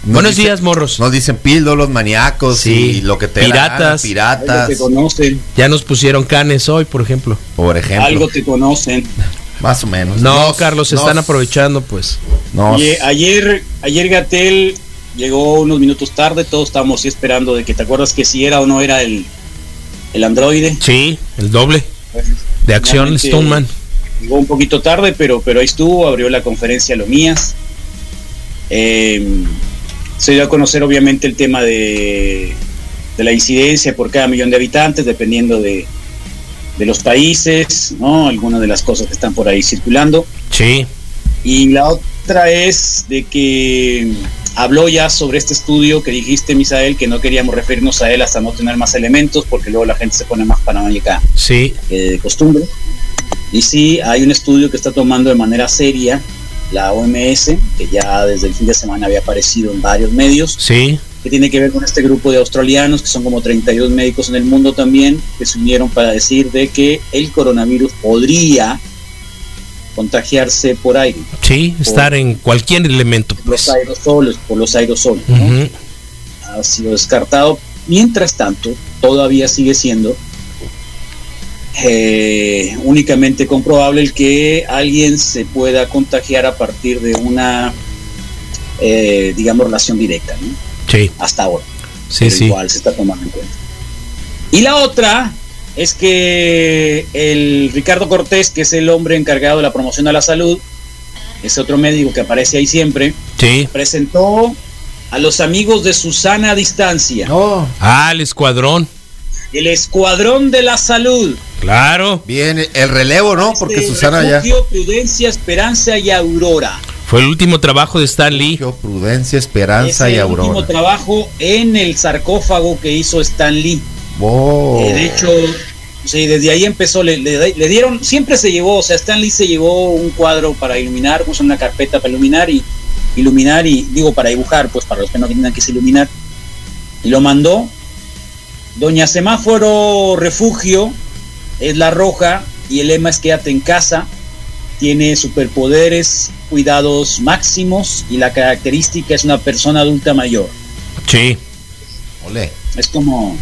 Speaker 2: Nos
Speaker 1: Buenos
Speaker 2: dicen-
Speaker 1: días, morros.
Speaker 2: Nos dicen píldolos, maníacos
Speaker 1: Sí.
Speaker 2: y lo que te dé la gana,
Speaker 1: Piratas.
Speaker 2: piratas,
Speaker 3: Algo te conocen.
Speaker 1: Ya nos pusieron canes hoy, por ejemplo.
Speaker 2: por ejemplo.
Speaker 3: Algo te conocen.
Speaker 2: Más o menos.
Speaker 1: No,
Speaker 2: Nos-
Speaker 1: Carlos, se
Speaker 2: nos-
Speaker 1: están aprovechando, pues.
Speaker 2: nos-
Speaker 3: Oye, ayer, ayer Gatel llegó unos minutos tarde, todos estábamos sí esperando de que te acuerdas que si era o no era el, el androide.
Speaker 1: Sí, el doble de acción
Speaker 3: Finalmente,
Speaker 1: Stoneman.
Speaker 3: Llegó un poquito tarde, pero, pero ahí estuvo, abrió la conferencia Lo Mías. Eh, se dio a conocer obviamente el tema de, de la incidencia por cada millón de habitantes, dependiendo de, de los países, ¿no? Algunas de las cosas que están por ahí circulando.
Speaker 1: Sí,
Speaker 3: Y la otra es de que habló ya sobre este estudio que dijiste, Misael, que no queríamos referirnos a él hasta no tener más elementos, porque luego la gente se pone más paranoica
Speaker 1: sí.
Speaker 3: que de costumbre. Y sí, hay un estudio que está tomando de manera seria la OMS, que ya desde el fin de semana había aparecido en varios medios,
Speaker 1: Sí,
Speaker 3: que tiene que ver con este grupo de australianos, que son como 32 médicos en el mundo también, que se unieron para decir de que el coronavirus podría contagiarse por aire
Speaker 1: sí, estar en cualquier elemento,
Speaker 3: los
Speaker 1: pues.
Speaker 3: aerosoles, por los aerosoles, ¿no?
Speaker 1: Ujú.
Speaker 3: ha sido descartado. Mientras tanto, todavía sigue siendo eh, únicamente comprobable el que alguien se pueda contagiar a partir de una, eh, digamos, relación directa, ¿no?
Speaker 1: Sí,
Speaker 3: hasta ahora.
Speaker 1: sí,
Speaker 3: pero
Speaker 1: sí.
Speaker 3: igual se está tomando en cuenta. Y la otra es que el Ricardo Cortés, que es el hombre encargado de la promoción a la salud, ese otro médico que aparece ahí siempre,
Speaker 1: Sí.
Speaker 3: presentó a los amigos de Susana a distancia,
Speaker 2: No,
Speaker 1: Ah, el escuadrón.
Speaker 3: el Escuadrón de la Salud.
Speaker 1: Claro.
Speaker 2: bien, el relevo, ¿no? Porque
Speaker 3: Este
Speaker 2: Susana ya.
Speaker 3: refugio, Prudencia, Esperanza y Aurora.
Speaker 1: Fue el último trabajo de Stan Lee.
Speaker 2: Yo, Prudencia, Esperanza
Speaker 3: es
Speaker 2: y
Speaker 3: el último
Speaker 2: Aurora.
Speaker 3: trabajo en el sarcófago que hizo Stan Lee.
Speaker 2: Oh.
Speaker 3: Eh, de hecho, sí, desde ahí empezó, le, le- le dieron, siempre se llevó, o sea, Stan Lee se llevó un cuadro para iluminar, puso una carpeta para iluminar y iluminar y digo para dibujar, pues para los que no tengan que es iluminar. Y lo mandó. Doña Semáforo Refugio es la roja y el lema es quédate en casa. Tiene superpoderes, cuidados máximos y la característica es una persona adulta mayor.
Speaker 1: Sí.
Speaker 2: Ole.
Speaker 3: Es como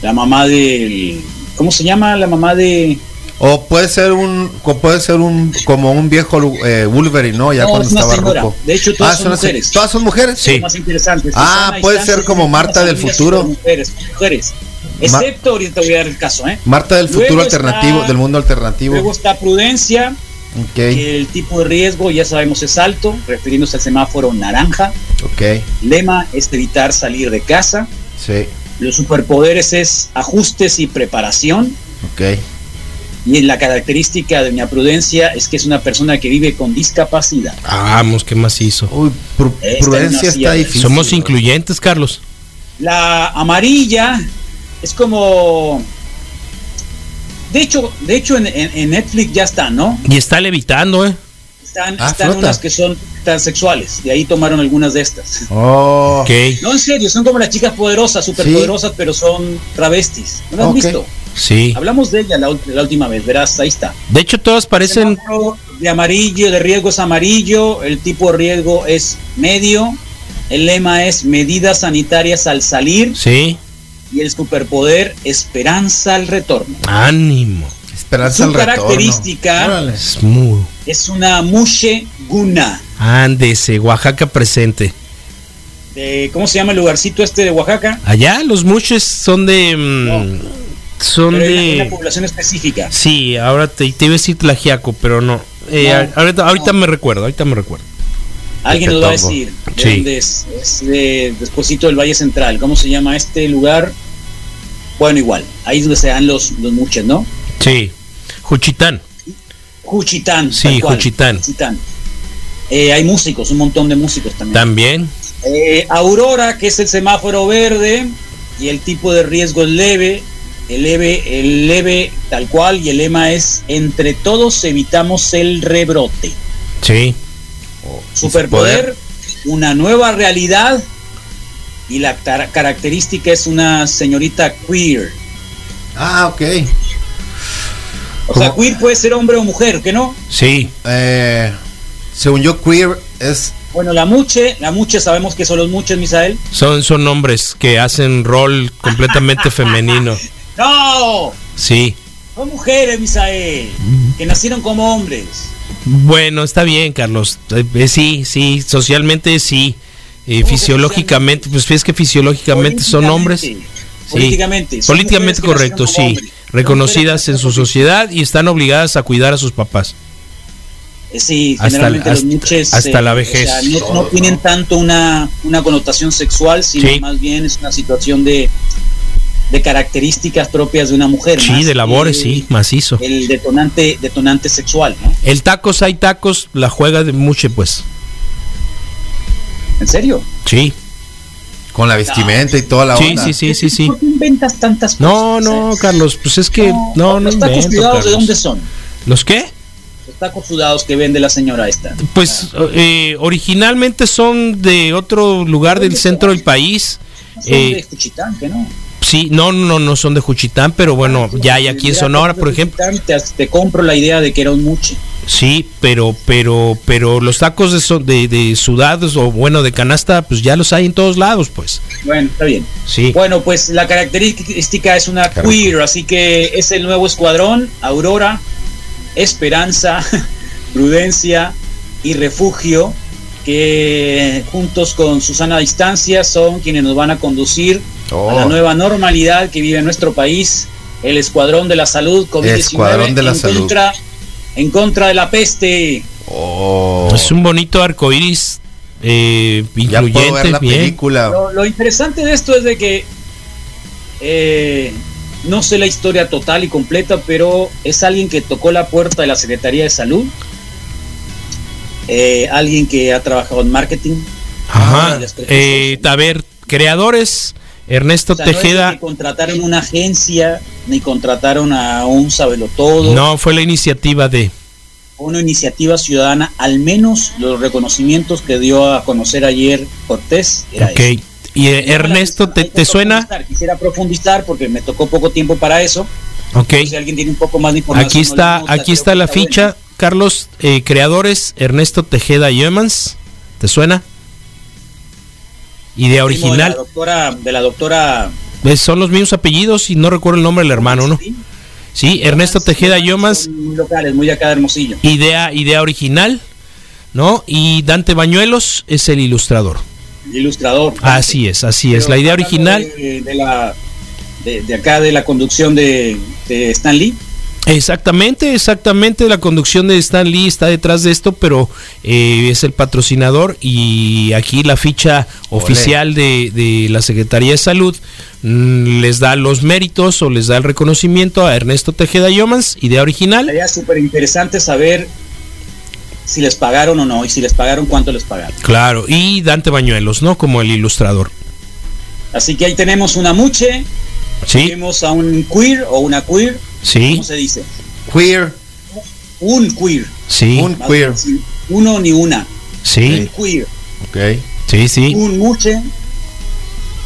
Speaker 3: la mamá del. ¿Cómo se llama? La mamá de.
Speaker 2: O puede ser un, co- puede ser un, como un viejo eh, Wolverine, ¿no? Ya
Speaker 3: No,
Speaker 2: cuando
Speaker 3: es una
Speaker 2: estaba
Speaker 3: señora.
Speaker 2: rojo.
Speaker 3: De hecho, todas son
Speaker 2: las-
Speaker 3: mujeres.
Speaker 2: Todas son mujeres.
Speaker 1: Sí.
Speaker 3: Más interesante.
Speaker 2: Ah,
Speaker 3: Susana
Speaker 2: puede
Speaker 3: Estancia
Speaker 2: ser como
Speaker 3: es una
Speaker 2: Marta del
Speaker 3: familia
Speaker 2: futuro.
Speaker 3: super Mujeres, mujeres. Excepto, ahorita voy a dar el caso, ¿eh?
Speaker 2: Marta del futuro
Speaker 3: Luego
Speaker 2: alternativo,
Speaker 3: está-
Speaker 2: del mundo alternativo.
Speaker 3: Luego está prudencia,
Speaker 2: Ok,
Speaker 3: que el tipo de riesgo ya sabemos es alto, refiriéndose al semáforo naranja.
Speaker 2: ok,
Speaker 3: Lema es evitar salir de casa.
Speaker 2: sí,
Speaker 3: Los superpoderes es ajustes y preparación.
Speaker 2: ok.
Speaker 3: Y la característica de Doña Prudencia es que es una persona que vive con discapacidad.
Speaker 1: Vamos, ¿qué más hizo?
Speaker 2: Uy, pru-
Speaker 3: Esta
Speaker 2: prudencia
Speaker 3: es una
Speaker 2: está
Speaker 3: silla.
Speaker 2: difícil.
Speaker 1: Somos
Speaker 2: güey.
Speaker 1: incluyentes, Carlos.
Speaker 3: La amarilla es como... De hecho, de hecho en, en- en Netflix ya está, ¿no?
Speaker 1: Y está levitando, ¿eh?
Speaker 3: Están,
Speaker 2: Ah,
Speaker 3: están
Speaker 2: flota.
Speaker 3: unas que son transexuales. De ahí tomaron algunas de estas.
Speaker 2: Oh,
Speaker 1: Ok.
Speaker 3: No, en serio, son como las chicas poderosas, superpoderosas, pero son travestis. ¿No las has
Speaker 2: Ok.
Speaker 3: visto?
Speaker 1: Sí.
Speaker 3: Hablamos de ella la, ult- la última vez, verás, ahí está.
Speaker 1: De hecho, todas parecen.
Speaker 3: Semáforo De amarillo, de riesgo es amarillo, el tipo de riesgo es medio, el lema es medidas sanitarias al salir
Speaker 1: Sí.
Speaker 3: y el superpoder esperanza al retorno.
Speaker 1: Ánimo.
Speaker 2: esperanza
Speaker 3: Su
Speaker 2: al retorno.
Speaker 3: característica-
Speaker 2: Órale.
Speaker 1: Es muy.
Speaker 3: Es una mushe guna.
Speaker 1: Ándese, Oaxaca presente.
Speaker 3: De, ¿Cómo se llama el lugarcito este de Oaxaca?
Speaker 1: Allá los muches son de. mm, Son
Speaker 3: Pero hay una, hay una
Speaker 1: de.
Speaker 3: población específica.
Speaker 1: Sí, ahora te, te iba a decir Tlajiaco, pero no. Eh,
Speaker 3: No,
Speaker 1: ahorita ahorita
Speaker 3: no.
Speaker 1: me recuerdo, ahorita me recuerdo.
Speaker 3: Alguien nos va a
Speaker 2: Tepetongo.
Speaker 3: decir de
Speaker 1: Este Sí.
Speaker 3: dónde es. Es de Despuésito del Valle Central. ¿Cómo se llama este lugar? Bueno, igual. Ahí es donde se dan los, los muches, ¿no?
Speaker 1: Sí. Juchitán.
Speaker 3: Juchitán.
Speaker 1: Sí,
Speaker 3: tal cual.
Speaker 1: Juchitán.
Speaker 3: Eh, hay músicos, un montón de músicos también.
Speaker 1: También.
Speaker 3: Eh, Aurora, que es el semáforo verde, y el tipo de riesgo es leve, el leve, el leve tal cual, y el lema es entre todos evitamos el rebrote.
Speaker 1: Sí.
Speaker 2: Oh,
Speaker 3: Superpoder, una nueva realidad, y la tar- característica es una señorita queer.
Speaker 2: Ah, ok.
Speaker 3: O sea,
Speaker 2: ¿Cómo?
Speaker 3: queer puede ser hombre o mujer, ¿qué no?
Speaker 1: Sí.
Speaker 2: Eh, según yo, queer es.
Speaker 3: Bueno, la muche, la muche sabemos que son los muches, Misael.
Speaker 1: Son, son hombres que hacen rol completamente femenino.
Speaker 3: ¡No!
Speaker 1: Sí.
Speaker 3: Son mujeres, Misael, que nacieron como hombres.
Speaker 1: Bueno, está bien, Carlos. Eh, eh, sí, sí, socialmente sí. Eh,
Speaker 3: ¿Cómo que
Speaker 1: fisiológicamente, pues es que fisiológicamente son hombres. Sí.
Speaker 3: Políticamente. son mujeres
Speaker 1: Políticamente
Speaker 3: que
Speaker 1: correcto,
Speaker 3: nacieron como
Speaker 1: sí.
Speaker 3: hombres.
Speaker 1: Reconocidas en su sociedad y están obligadas a cuidar a sus papás.
Speaker 3: Eh, Sí,
Speaker 1: hasta
Speaker 3: generalmente
Speaker 1: la-
Speaker 3: los muches,
Speaker 1: hasta la vejez.
Speaker 3: o sea, no, no tienen tanto una, una connotación sexual, sino
Speaker 1: Sí.
Speaker 3: más bien es una situación de, de características propias de una mujer.
Speaker 1: Sí,
Speaker 3: más
Speaker 1: de labores,
Speaker 3: que
Speaker 1: sí, macizo.
Speaker 3: El detonante, detonante sexual, ¿no?
Speaker 1: El tacos hay tacos, la juega de mucho, pues.
Speaker 3: ¿En serio?
Speaker 1: Sí,
Speaker 2: Con la vestimenta y toda la
Speaker 1: sí,
Speaker 2: onda.
Speaker 1: sí, sí, sí, sí.
Speaker 3: ¿Por qué inventas tantas cosas?
Speaker 1: No, no,
Speaker 3: eh?
Speaker 1: Carlos, pues es que no, no
Speaker 3: Los tacos
Speaker 1: invento,
Speaker 3: sudados, ¿de
Speaker 1: Carlos.
Speaker 3: dónde son?
Speaker 1: ¿Los qué?
Speaker 3: Los tacos sudados que vende la señora esta.
Speaker 1: Pues eh, originalmente son de otro lugar del centro del país.
Speaker 3: Son
Speaker 1: Eh,
Speaker 3: de Juchitán, ¿qué no?
Speaker 1: Sí, no, no, no son de Juchitán, pero
Speaker 3: Ah,
Speaker 1: bueno,
Speaker 3: Este,
Speaker 1: ya hay aquí en Sonora, por ejemplo.
Speaker 3: Te, te compro la idea de que era un muche.
Speaker 1: Sí, pero, pero, pero los tacos de, so- de, de sudados o bueno de canasta, pues ya los hay en todos lados, pues.
Speaker 3: Bueno, está bien.
Speaker 1: Sí,
Speaker 3: Bueno, pues la característica es una
Speaker 2: Carajo.
Speaker 3: queer, así que es el nuevo escuadrón, Aurora, Esperanza, Prudencia y Refugio, que juntos con Susana Distancia son quienes nos van a conducir a la
Speaker 2: Oh,
Speaker 3: nueva normalidad que vive nuestro país, el Escuadrón de la Salud COVID-19
Speaker 2: Escuadrón de la
Speaker 3: en,
Speaker 2: Salud.
Speaker 3: Contra, en contra de la peste.
Speaker 2: oh.
Speaker 1: es un bonito arco iris eh,
Speaker 2: Ya
Speaker 1: incluyente,
Speaker 2: puedo ver la
Speaker 1: bien.
Speaker 2: película.
Speaker 1: Ah.
Speaker 3: Lo, lo interesante de esto es de que eh, no sé la historia total y completa, pero es alguien que tocó la puerta de la Secretaría de Salud, eh, alguien que ha trabajado en marketing.
Speaker 1: Ajá.
Speaker 3: Ah, las tres
Speaker 1: Eh, a ver, creadores, Ernesto
Speaker 3: O sea, no es de que
Speaker 1: Tejeda.
Speaker 3: contrataron una agencia, ni contrataron a un sabelotodo,
Speaker 1: No, fue la iniciativa de.
Speaker 3: una iniciativa ciudadana, al menos los reconocimientos que dio a conocer ayer Cortés. Era
Speaker 1: Ok.
Speaker 3: eso.
Speaker 1: Y eh, Ernesto, ¿te,
Speaker 3: Hay que
Speaker 1: te suena?
Speaker 3: profundizar, Quisiera profundizar porque me tocó poco tiempo para eso.
Speaker 1: Ok.
Speaker 3: Si alguien tiene un poco más de información.
Speaker 1: Aquí
Speaker 3: no
Speaker 1: está,
Speaker 3: le gusta,
Speaker 1: aquí
Speaker 3: creo
Speaker 1: está
Speaker 3: que
Speaker 1: la
Speaker 3: bueno.
Speaker 1: ficha. Carlos, eh, creadores, Ernesto Tejeda Yemans. ¿Te suena? Idea
Speaker 3: Primo De la
Speaker 1: original.
Speaker 3: doctora, de la doctora
Speaker 1: Eh, Son los mismos apellidos y no recuerdo el nombre del hermano, ¿no?
Speaker 3: Sí,
Speaker 1: Sí, Ernesto Tejeda Yomans,
Speaker 3: son Muy locales, muy de acá de Hermosillo.
Speaker 1: idea, idea original, ¿no? Y Dante Bañuelos es el ilustrador.
Speaker 3: el Ilustrador.
Speaker 1: Así es, así es.
Speaker 3: Ah, Pero
Speaker 1: La idea
Speaker 3: hablando
Speaker 1: original.
Speaker 3: De, de la, de, de acá de la conducción de, de Stan Lee.
Speaker 1: Exactamente, exactamente. La conducción de Stan Lee está detrás de esto, pero eh, es el patrocinador y aquí la ficha
Speaker 2: Ole.
Speaker 1: oficial de, de la Secretaría de Salud mm, les da los méritos o les da el reconocimiento a Ernesto Tejeda Yomans, idea original.
Speaker 3: Sería súper interesante saber si les pagaron o no y si les pagaron cuánto les pagaron.
Speaker 1: Claro, y Dante Bañuelos, ¿no? Como el ilustrador.
Speaker 3: Así que ahí tenemos una muche,
Speaker 1: Sí,
Speaker 3: tenemos a un queer o una queer,
Speaker 1: sí,
Speaker 3: ¿cómo se dice?
Speaker 2: Queer,
Speaker 3: Un queer.
Speaker 1: sí,
Speaker 2: un queer.
Speaker 3: Sin Uno ni una.
Speaker 1: sí,
Speaker 3: Un queer.
Speaker 2: Ok.
Speaker 1: sí, sí.
Speaker 3: Un muche.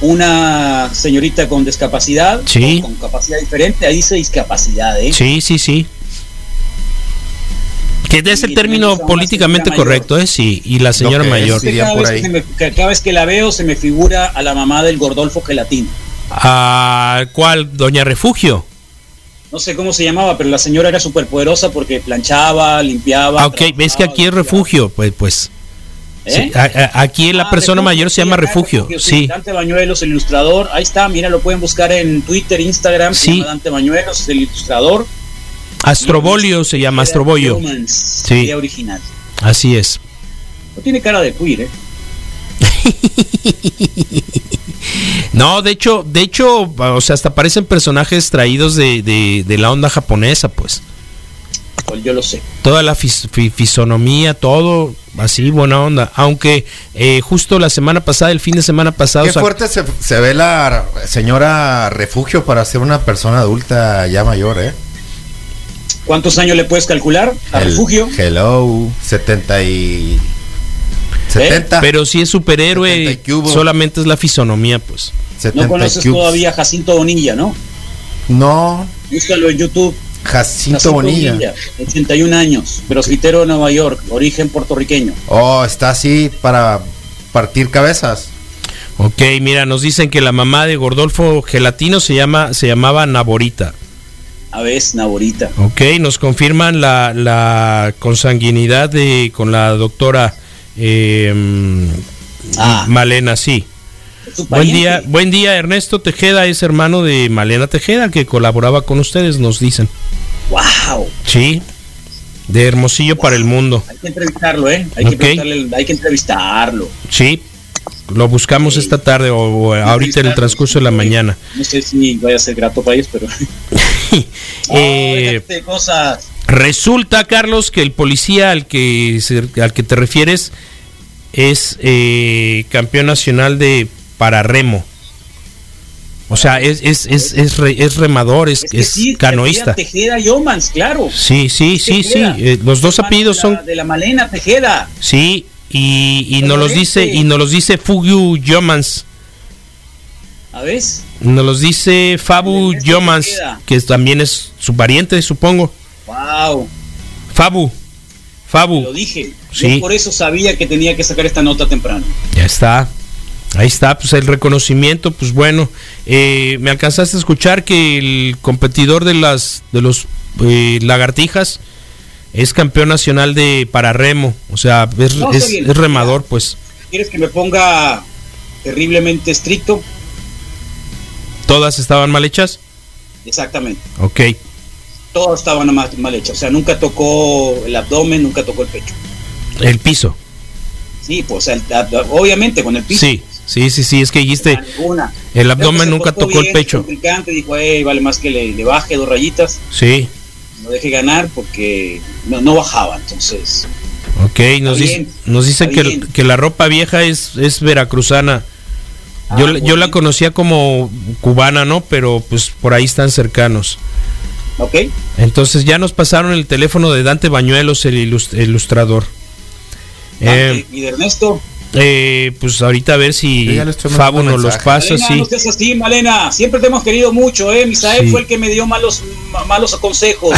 Speaker 3: Una señorita con discapacidad.
Speaker 1: Sí.
Speaker 3: o Con, capacidad diferente. Ahí dice discapacidad, ¿eh?
Speaker 1: Sí, sí, sí. Que es el
Speaker 3: Y
Speaker 1: término
Speaker 3: tenemos a una
Speaker 1: políticamente
Speaker 3: señora mayor.
Speaker 1: correcto, ¿eh? Sí, y la señora
Speaker 2: que es,
Speaker 1: mayor.
Speaker 2: sí. dirían
Speaker 3: Cada
Speaker 2: por
Speaker 3: vez,
Speaker 2: ahí.
Speaker 3: que me- que cada vez que la veo se me figura a la mamá del Gordolfo Gelatín.
Speaker 1: ¿A cuál? Doña Refugio.
Speaker 3: No sé cómo se llamaba, pero la señora era súper poderosa porque planchaba, limpiaba.
Speaker 1: Ah, ok, ves que
Speaker 3: trabajaba,
Speaker 1: aquí es
Speaker 3: limpiaba.
Speaker 1: refugio, pues, pues.
Speaker 3: ¿Eh?
Speaker 1: Sí, a- a- aquí la
Speaker 3: Ah,
Speaker 1: persona
Speaker 3: refugio,
Speaker 1: mayor se
Speaker 3: sí,
Speaker 1: llama
Speaker 3: acá
Speaker 1: refugio,
Speaker 3: sí.
Speaker 1: sí.
Speaker 3: Dante Bañuelos, el ilustrador. Ahí está, mira, lo pueden buscar en Twitter, Instagram. se
Speaker 1: Sí.
Speaker 3: llama Dante Bañuelos, es el ilustrador.
Speaker 1: Astrobolio se llama Astrobolio. Sí.
Speaker 3: Sí. original.
Speaker 1: Así es.
Speaker 3: No tiene cara de queer, ¿eh?
Speaker 1: No, de hecho, de hecho, o sea, hasta parecen personajes traídos de, de- de la onda japonesa, pues.
Speaker 3: Pues yo lo sé.
Speaker 1: Toda la fis- fi- fisonomía, todo así, buena onda. Aunque eh, justo la semana pasada, el fin de semana pasado,
Speaker 2: Qué
Speaker 1: sac-
Speaker 2: fuerte se, se ve la señora refugio para ser una persona adulta ya mayor, ¿eh?
Speaker 3: ¿Cuántos años le puedes calcular a
Speaker 2: El-
Speaker 3: refugio? ¿Eh?
Speaker 2: Hello, 70 y... 70.
Speaker 1: pero si es superhéroe,
Speaker 2: 70 y cubo.
Speaker 1: solamente es la fisonomía, pues.
Speaker 2: 70
Speaker 3: No
Speaker 2: y
Speaker 3: conoces
Speaker 2: cubes.
Speaker 3: todavía a Jacinto Bonilla, ¿no?
Speaker 2: No,
Speaker 3: Búscalo en YouTube.
Speaker 2: Jacinto,
Speaker 3: Jacinto
Speaker 2: Bonilla.
Speaker 3: Bonilla, 81 años, grosfitero de Nueva York, origen puertorriqueño.
Speaker 2: Oh, está así para partir cabezas.
Speaker 1: Ok, mira, nos dicen que la mamá de Gordolfo Gelatino se llama, se llamaba Naborita.
Speaker 3: A ver, Naborita.
Speaker 1: Ok, nos confirman la, la consanguinidad de con la doctora eh,
Speaker 3: Ah.
Speaker 1: Malena, sí.
Speaker 3: Es su
Speaker 1: Buen
Speaker 3: pariente.
Speaker 1: día, buen día, Ernesto Tejeda es hermano de Malena Tejeda que colaboraba con ustedes, nos dicen.
Speaker 3: ¡Wow!
Speaker 1: Sí, de Hermosillo para el mundo.
Speaker 3: Hay que entrevistarlo, ¿eh? Hay, que
Speaker 1: Ok.
Speaker 3: preguntarle- hay que entrevistarlo.
Speaker 1: Sí, lo buscamos esta tarde o, o ahorita en el transcurso de la mañana.
Speaker 3: No sé si vaya a ser grato para ellos, pero. Oh,
Speaker 1: Eh,
Speaker 3: Ay, déjate cosas.
Speaker 1: Resulta, Carlos, que el policía al que, se- al que te refieres es eh, campeón nacional de pararremo. O sea, es, es, es, es re- es remador, es,
Speaker 3: Es que
Speaker 1: es
Speaker 3: sí,
Speaker 1: canoísta.
Speaker 3: Tejeda Yomans, claro.
Speaker 1: Sí, sí, sí, sí.
Speaker 3: Tejeda.
Speaker 1: eh, los dos
Speaker 3: Hermano
Speaker 1: apellidos
Speaker 3: de la-
Speaker 1: son...
Speaker 3: De la Malena Tejeda.
Speaker 1: Sí, y, y
Speaker 3: Pero
Speaker 1: nos los
Speaker 3: este-
Speaker 1: dice, y nos los dice Fugu Yomans.
Speaker 3: ¿A ver?
Speaker 1: Nos los dice Fabu
Speaker 3: Ernesto
Speaker 1: Yomans,
Speaker 3: Tejeda.
Speaker 1: que también es su pariente, supongo.
Speaker 3: ¡Wow!
Speaker 1: Fabu. Fabu.
Speaker 3: Lo dije.
Speaker 1: Sí.
Speaker 3: Yo por eso sabía que tenía que sacar esta nota temprano.
Speaker 1: Ya está. Ahí está, pues el reconocimiento, pues bueno, Eh, me alcanzaste a escuchar que el competidor de las de los eh, lagartijas es campeón nacional de pararremo, o sea, es,
Speaker 3: No,
Speaker 1: es-
Speaker 3: está bien.
Speaker 1: es remador, pues
Speaker 3: ¿Quieres que me ponga terriblemente estricto?
Speaker 1: todas estaban mal hechas.
Speaker 3: Exactamente.
Speaker 1: Ok,
Speaker 3: Todas estaban mal, mal hechas. O sea, nunca tocó el abdomen, nunca tocó el pecho.
Speaker 1: el piso.
Speaker 3: Sí, pues el- obviamente con el piso.
Speaker 1: Sí, sí, sí, sí, es que dijiste
Speaker 3: Ninguna.
Speaker 1: el
Speaker 3: Creo que
Speaker 1: abdomen
Speaker 3: se
Speaker 1: nunca
Speaker 3: portó
Speaker 1: tocó el
Speaker 3: bien,
Speaker 1: pecho.
Speaker 3: su contrincante dijo, "Ey, vale más que le, le baje dos rayitas,
Speaker 1: Sí,
Speaker 3: no deje ganar porque no, no bajaba. Entonces,
Speaker 1: ok, nos, dice,
Speaker 3: bien,
Speaker 1: nos dicen
Speaker 3: está
Speaker 1: que,
Speaker 3: bien.
Speaker 1: que la ropa vieja es, es veracruzana.
Speaker 3: Ah,
Speaker 1: Yo, la- yo
Speaker 3: muy
Speaker 1: la
Speaker 3: bien.
Speaker 1: conocía como cubana, ¿no? Pero pues por ahí están cercanos.
Speaker 3: ¿ok?
Speaker 1: Eh, Entonces ya nos pasaron el teléfono de Dante Bañuelos, el ilus- ilustrador.
Speaker 3: Ah,
Speaker 1: Eh,
Speaker 3: y de Ernesto,
Speaker 1: eh, pues ahorita a ver
Speaker 2: Yo
Speaker 1: si
Speaker 2: ya le estoy mandando
Speaker 1: Fabo nos los
Speaker 2: mensaje.
Speaker 1: pasa,
Speaker 3: Malena,
Speaker 1: sí.
Speaker 3: no seas así, Malena. Siempre te hemos querido mucho, ¿eh? Misael
Speaker 1: Sí. Ah,
Speaker 3: fue el que me dio malos, ma- malos consejos.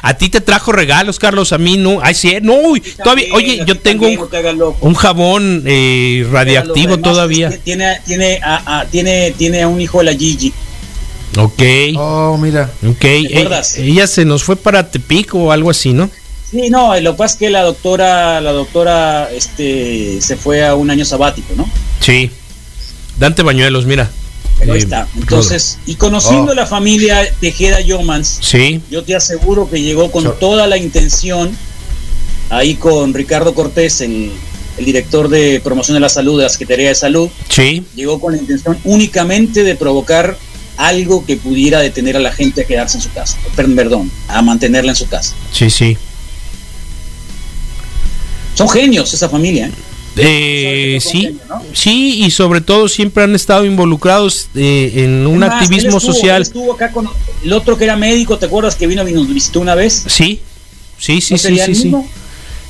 Speaker 1: A ti te trajo regalos, Carlos, a mí no. Ay, sí, eh, no, uy,
Speaker 3: También,
Speaker 1: todavía, oye,
Speaker 3: a ti
Speaker 1: yo tengo
Speaker 3: también, no
Speaker 1: un,
Speaker 3: te hagas loco.
Speaker 1: un jabón eh,
Speaker 3: Pero
Speaker 1: radiactivo
Speaker 3: además,
Speaker 1: todavía.
Speaker 3: es que Tiene, tiene, a, a- tiene, tiene a un hijo de la Gigi.
Speaker 1: Ok,
Speaker 2: Oh, mira.
Speaker 1: ok. eh,
Speaker 3: acuerdas?
Speaker 1: ella se nos fue para Tepic o algo así, ¿no?
Speaker 3: Sí, no, eh, lo que pasa es que la doctora, la doctora, este, se fue a un año sabático, ¿no?
Speaker 1: Sí. Dante Bañuelos, mira.
Speaker 3: Pero ahí está. Entonces, y conociendo
Speaker 2: Oh.
Speaker 3: la familia Tejeda Yeomans,
Speaker 1: Sí,
Speaker 3: yo te aseguro que llegó con
Speaker 2: Sure.
Speaker 3: toda la intención, ahí con Ricardo Cortés, el, el director de promoción de la salud de la Secretaría de Salud,
Speaker 1: sí.
Speaker 3: llegó con la intención únicamente de provocar algo que pudiera detener a la gente a quedarse en su casa, Per- perdón, a mantenerla en su casa.
Speaker 1: Sí, sí.
Speaker 3: Son genios esa familia. ¿eh?
Speaker 1: Eh,
Speaker 3: Son
Speaker 1: sí,
Speaker 3: genios, ¿no?
Speaker 1: sí, y sobre todo siempre han estado involucrados eh, en un
Speaker 3: Es más, él
Speaker 1: activismo
Speaker 3: estuvo-
Speaker 1: social.
Speaker 3: él Estuvo acá con el otro que era médico, ¿te acuerdas que vino y nos visitó una vez?
Speaker 1: Sí, sí, sí, sí,
Speaker 3: ¿No sería
Speaker 1: sí,
Speaker 3: el
Speaker 1: sí.
Speaker 3: mismo?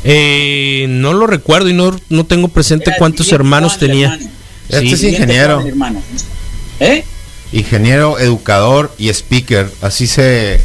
Speaker 1: Eh, no lo recuerdo y no, no tengo presente
Speaker 3: Era
Speaker 1: cuántos
Speaker 3: Julián
Speaker 1: hermanos
Speaker 3: Juan, el
Speaker 1: tenía.
Speaker 3: hermano.
Speaker 2: Este
Speaker 1: Sí.
Speaker 2: es ingeniero,
Speaker 3: Juan, el hermano. ¿Eh?
Speaker 2: ingeniero, educador y speaker. Así se